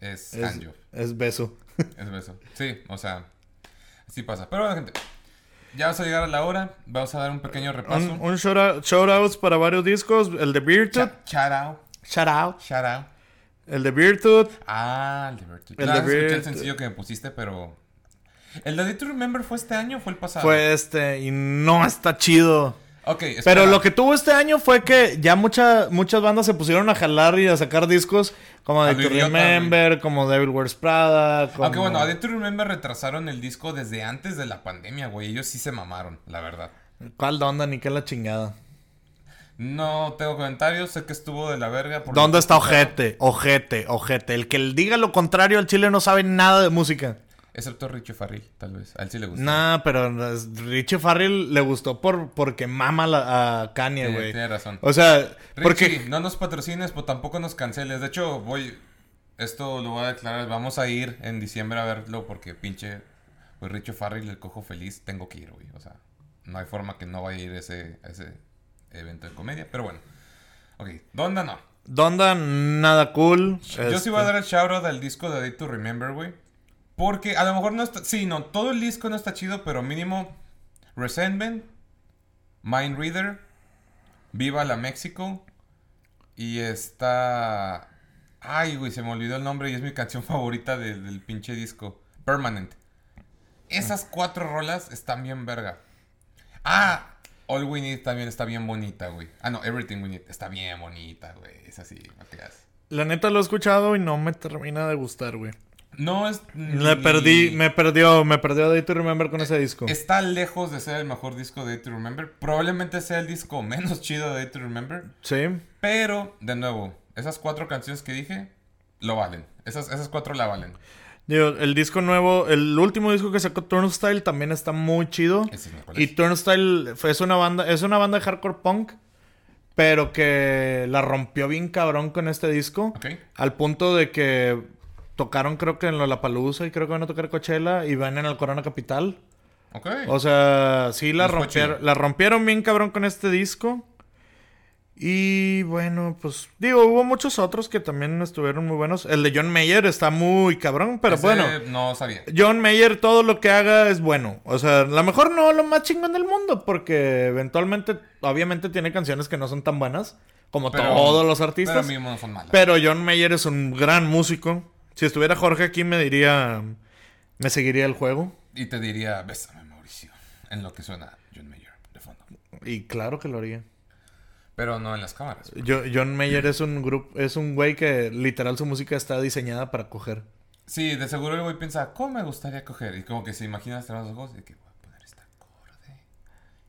S2: es
S1: Ah. Es-
S2: handjob.
S1: beso.
S2: Es beso. Sí, o sea, así pasa. Pero bueno, gente, ya vamos a llegar a la hora. Vamos a dar un pequeño
S1: Un,
S2: repaso.
S1: un shout out- shout outs para varios discos. El de Virtud.
S2: Cha- shout out.
S1: Shout out.
S2: Shout out.
S1: El de Virtud.
S2: Ah, el de
S1: El
S2: Virtue. Claro,
S1: de
S2: escuché el
S1: Virtue.
S2: sencillo que me pusiste, pero... ¿El de Did You Remember fue este año o fue el pasado?
S1: Fue este. Y no está chido.
S2: Ok, espera.
S1: Pero lo que tuvo este año fue que ya mucha- muchas bandas se pusieron a jalar y a sacar discos como
S2: A
S1: The
S2: lo
S1: To
S2: idiota,
S1: Remember, como Devil Wears Prada. Como...
S2: Aunque Ah, bueno, a Did You Remember retrasaron el disco desde antes de la pandemia, güey. Ellos sí se mamaron, la verdad.
S1: ¿Cuál onda ni qué la chingada?
S2: No tengo comentarios, sé que estuvo de la verga. por lo
S1: ¿Dónde
S2: que-
S1: está Ojete? Ojete, Ojete. El que diga lo contrario al chile no sabe nada de música.
S2: Excepto Richo Farrell, tal vez. A él Pues sí le gusta.
S1: Nah, pero es- Richie Farrell le gustó por, porque mama la- a Kanye,
S2: tiene,
S1: güey.
S2: Eh, tiene razón.
S1: O sea, porque...
S2: Richie, no nos patrocines, pero tampoco nos canceles. De hecho, voy... Esto lo voy a declarar. Vamos a ir en diciembre a verlo porque pinche... Pues Richo Farrell, el cojo feliz, tengo que ir, güey. O sea, no hay forma que no vaya a ir a ese, a ese evento de comedia. Pero bueno. Ok, ¿dónde no?
S1: Donda, nada cool.
S2: Yo sí voy a dar el shoutout al disco de Day to Remember, güey. Porque a lo mejor no está. Sí, no, todo el disco no está chido, pero mínimo. Resentment, Mind Reader, Viva la México. Y está. Ay, güey, se me olvidó el nombre y es mi canción favorita de- del pinche disco. Permanent. Esas cuatro rolas están bien verga. Ah, All We Need también está bien bonita, güey. Ah, no, Everything We Need está bien bonita, güey. Es así, no creas.
S1: La neta lo he escuchado y no me termina de gustar, güey.
S2: No es.
S1: Le
S2: ni-
S1: perdí, me perdió, me perdió Day to Remember con ese disco.
S2: Está lejos de ser el mejor disco de Day to Remember. Probablemente sea el disco menos chido de Day to Remember.
S1: Sí.
S2: Pero, de nuevo, esas cuatro canciones que dije, lo valen. Esas, esas cuatro la valen.
S1: Digo, el disco nuevo, el último disco que sacó Turnstile también está muy chido.
S2: Ese es mi
S1: Y
S2: colegio.
S1: Turnstile fue- es una banda, es una banda de hardcore punk, pero que la rompió bien cabrón con este disco.
S2: Ok.
S1: Al punto de que tocaron creo que en Lollapalooza y creo que van a tocar Coachella y van en el Corona Capital.
S2: Ok.
S1: O sea, sí la
S2: Les fue
S1: rompieron,
S2: chido.
S1: la rompieron bien cabrón con este disco. Y bueno, pues digo, hubo muchos otros que también estuvieron muy buenos. El de John Mayer está muy cabrón, pero
S2: Ese
S1: bueno.
S2: No sabía.
S1: John Mayer todo lo que haga es bueno. O sea, a lo mejor no lo más chingón del mundo, porque eventualmente, obviamente tiene canciones que no son tan buenas, como
S2: Pero-
S1: todos los
S2: Pero
S1: artistas. Pero,
S2: mismo no son malas.
S1: John Mayer es un gran músico. Si estuviera Jorge aquí me diría, me seguiría el juego.
S2: Y te diría, bésame, Mauricio. En lo que suena John Mayer de fondo.
S1: Y claro que lo haría.
S2: Pero no en las cámaras.
S1: Yo- John Mayer es un grupo, es un güey que literal su música está diseñada para coger.
S2: Sí, de seguro el güey piensa, ¿cómo me gustaría coger? Y como que se imagina cerrar los ojos y que voy a poner este acorde,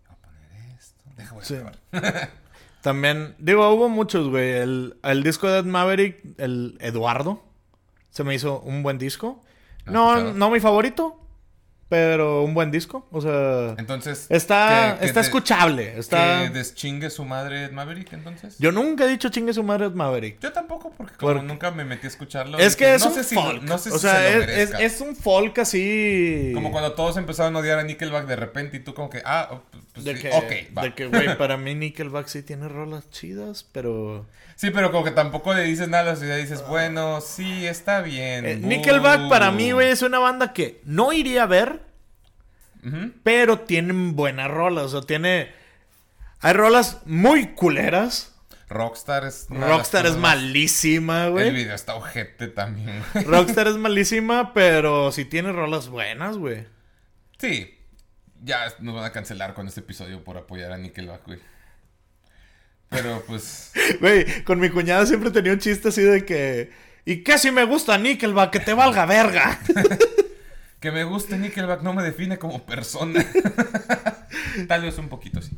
S2: voy a poner esto. Deja, voy a
S1: Sí.
S2: grabar.
S1: También, digo, hubo muchos, güey. El, el disco de Dead Maverick, el Eduardo, se me hizo un buen disco.
S2: ¿Lo has
S1: No,
S2: escuchado?
S1: no mi favorito, pero un buen disco. O sea,
S2: Entonces.
S1: está,
S2: que- que
S1: está
S2: de-
S1: escuchable. Está...
S2: Que deschingue su madre Ed Maverick, entonces. Yo,
S1: Yo nunca he dicho chingue su madre Dead Maverick.
S2: tampoco, porque como
S1: Porque-
S2: nunca me metí a escucharlo.
S1: Es
S2: dije,
S1: que es
S2: no
S1: un
S2: sé si
S1: folk.
S2: lo- no sé
S1: o
S2: si
S1: sea,
S2: se lo
S1: es- es,
S2: merezca.
S1: es un folk así.
S2: Como cuando todos empezaron a odiar a Nickelback de repente y tú, como que, ah, oh, pues,
S1: De
S2: sí,
S1: que,
S2: ok, va.
S1: de que, güey, para mí Nickelback sí tiene rolas chidas, pero...
S2: Sí, pero como que tampoco le dices nada a la sociedad
S1: Ah.
S2: dices, bueno, sí, está bien.
S1: Eh,
S2: boo.
S1: Nickelback para mí, güey, es una banda que no iría a ver,
S2: Ujú.
S1: Pero tienen buenas rolas. O sea, tiene. Hay rolas muy culeras.
S2: Rockstar es. una de las
S1: Rockstar es
S2: cosas más-
S1: malísima,
S2: El
S1: güey.
S2: video está ojete también, güey.
S1: Rockstar es malísima, pero sí tiene rolas buenas, güey.
S2: Sí. Ya nos van a cancelar con este episodio por apoyar a Nickelback, güey. Pero pues.
S1: Güey, con mi cuñada siempre tenía un chiste así de que. ¿Y qué si me gusta Nickelback? Que te valga verga.
S2: Que me guste Nickelback no me define como persona. Tal vez un poquito, sí.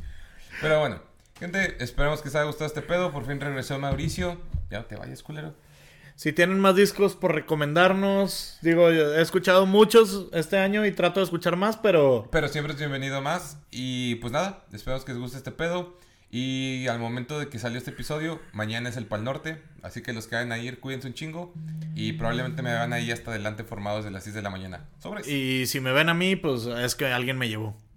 S2: Pero bueno, gente, esperamos que les haya gustado este pedo. Por fin regresó Mauricio. Ya no te vayas, culero.
S1: Si tienen más discos por recomendarnos, digo, yo he escuchado muchos este año y trato de escuchar más, pero
S2: Pero siempre es bienvenido más. Y pues nada, esperamos que les guste este pedo. Y al momento de que salió este episodio, mañana es el Pal Norte. Así que los que vayan a ir, cuídense un chingo. Y probablemente me van ahí hasta adelante formados de las 6 de la mañana. Sobres.
S1: y si me ven a mí, pues es que alguien me llevó.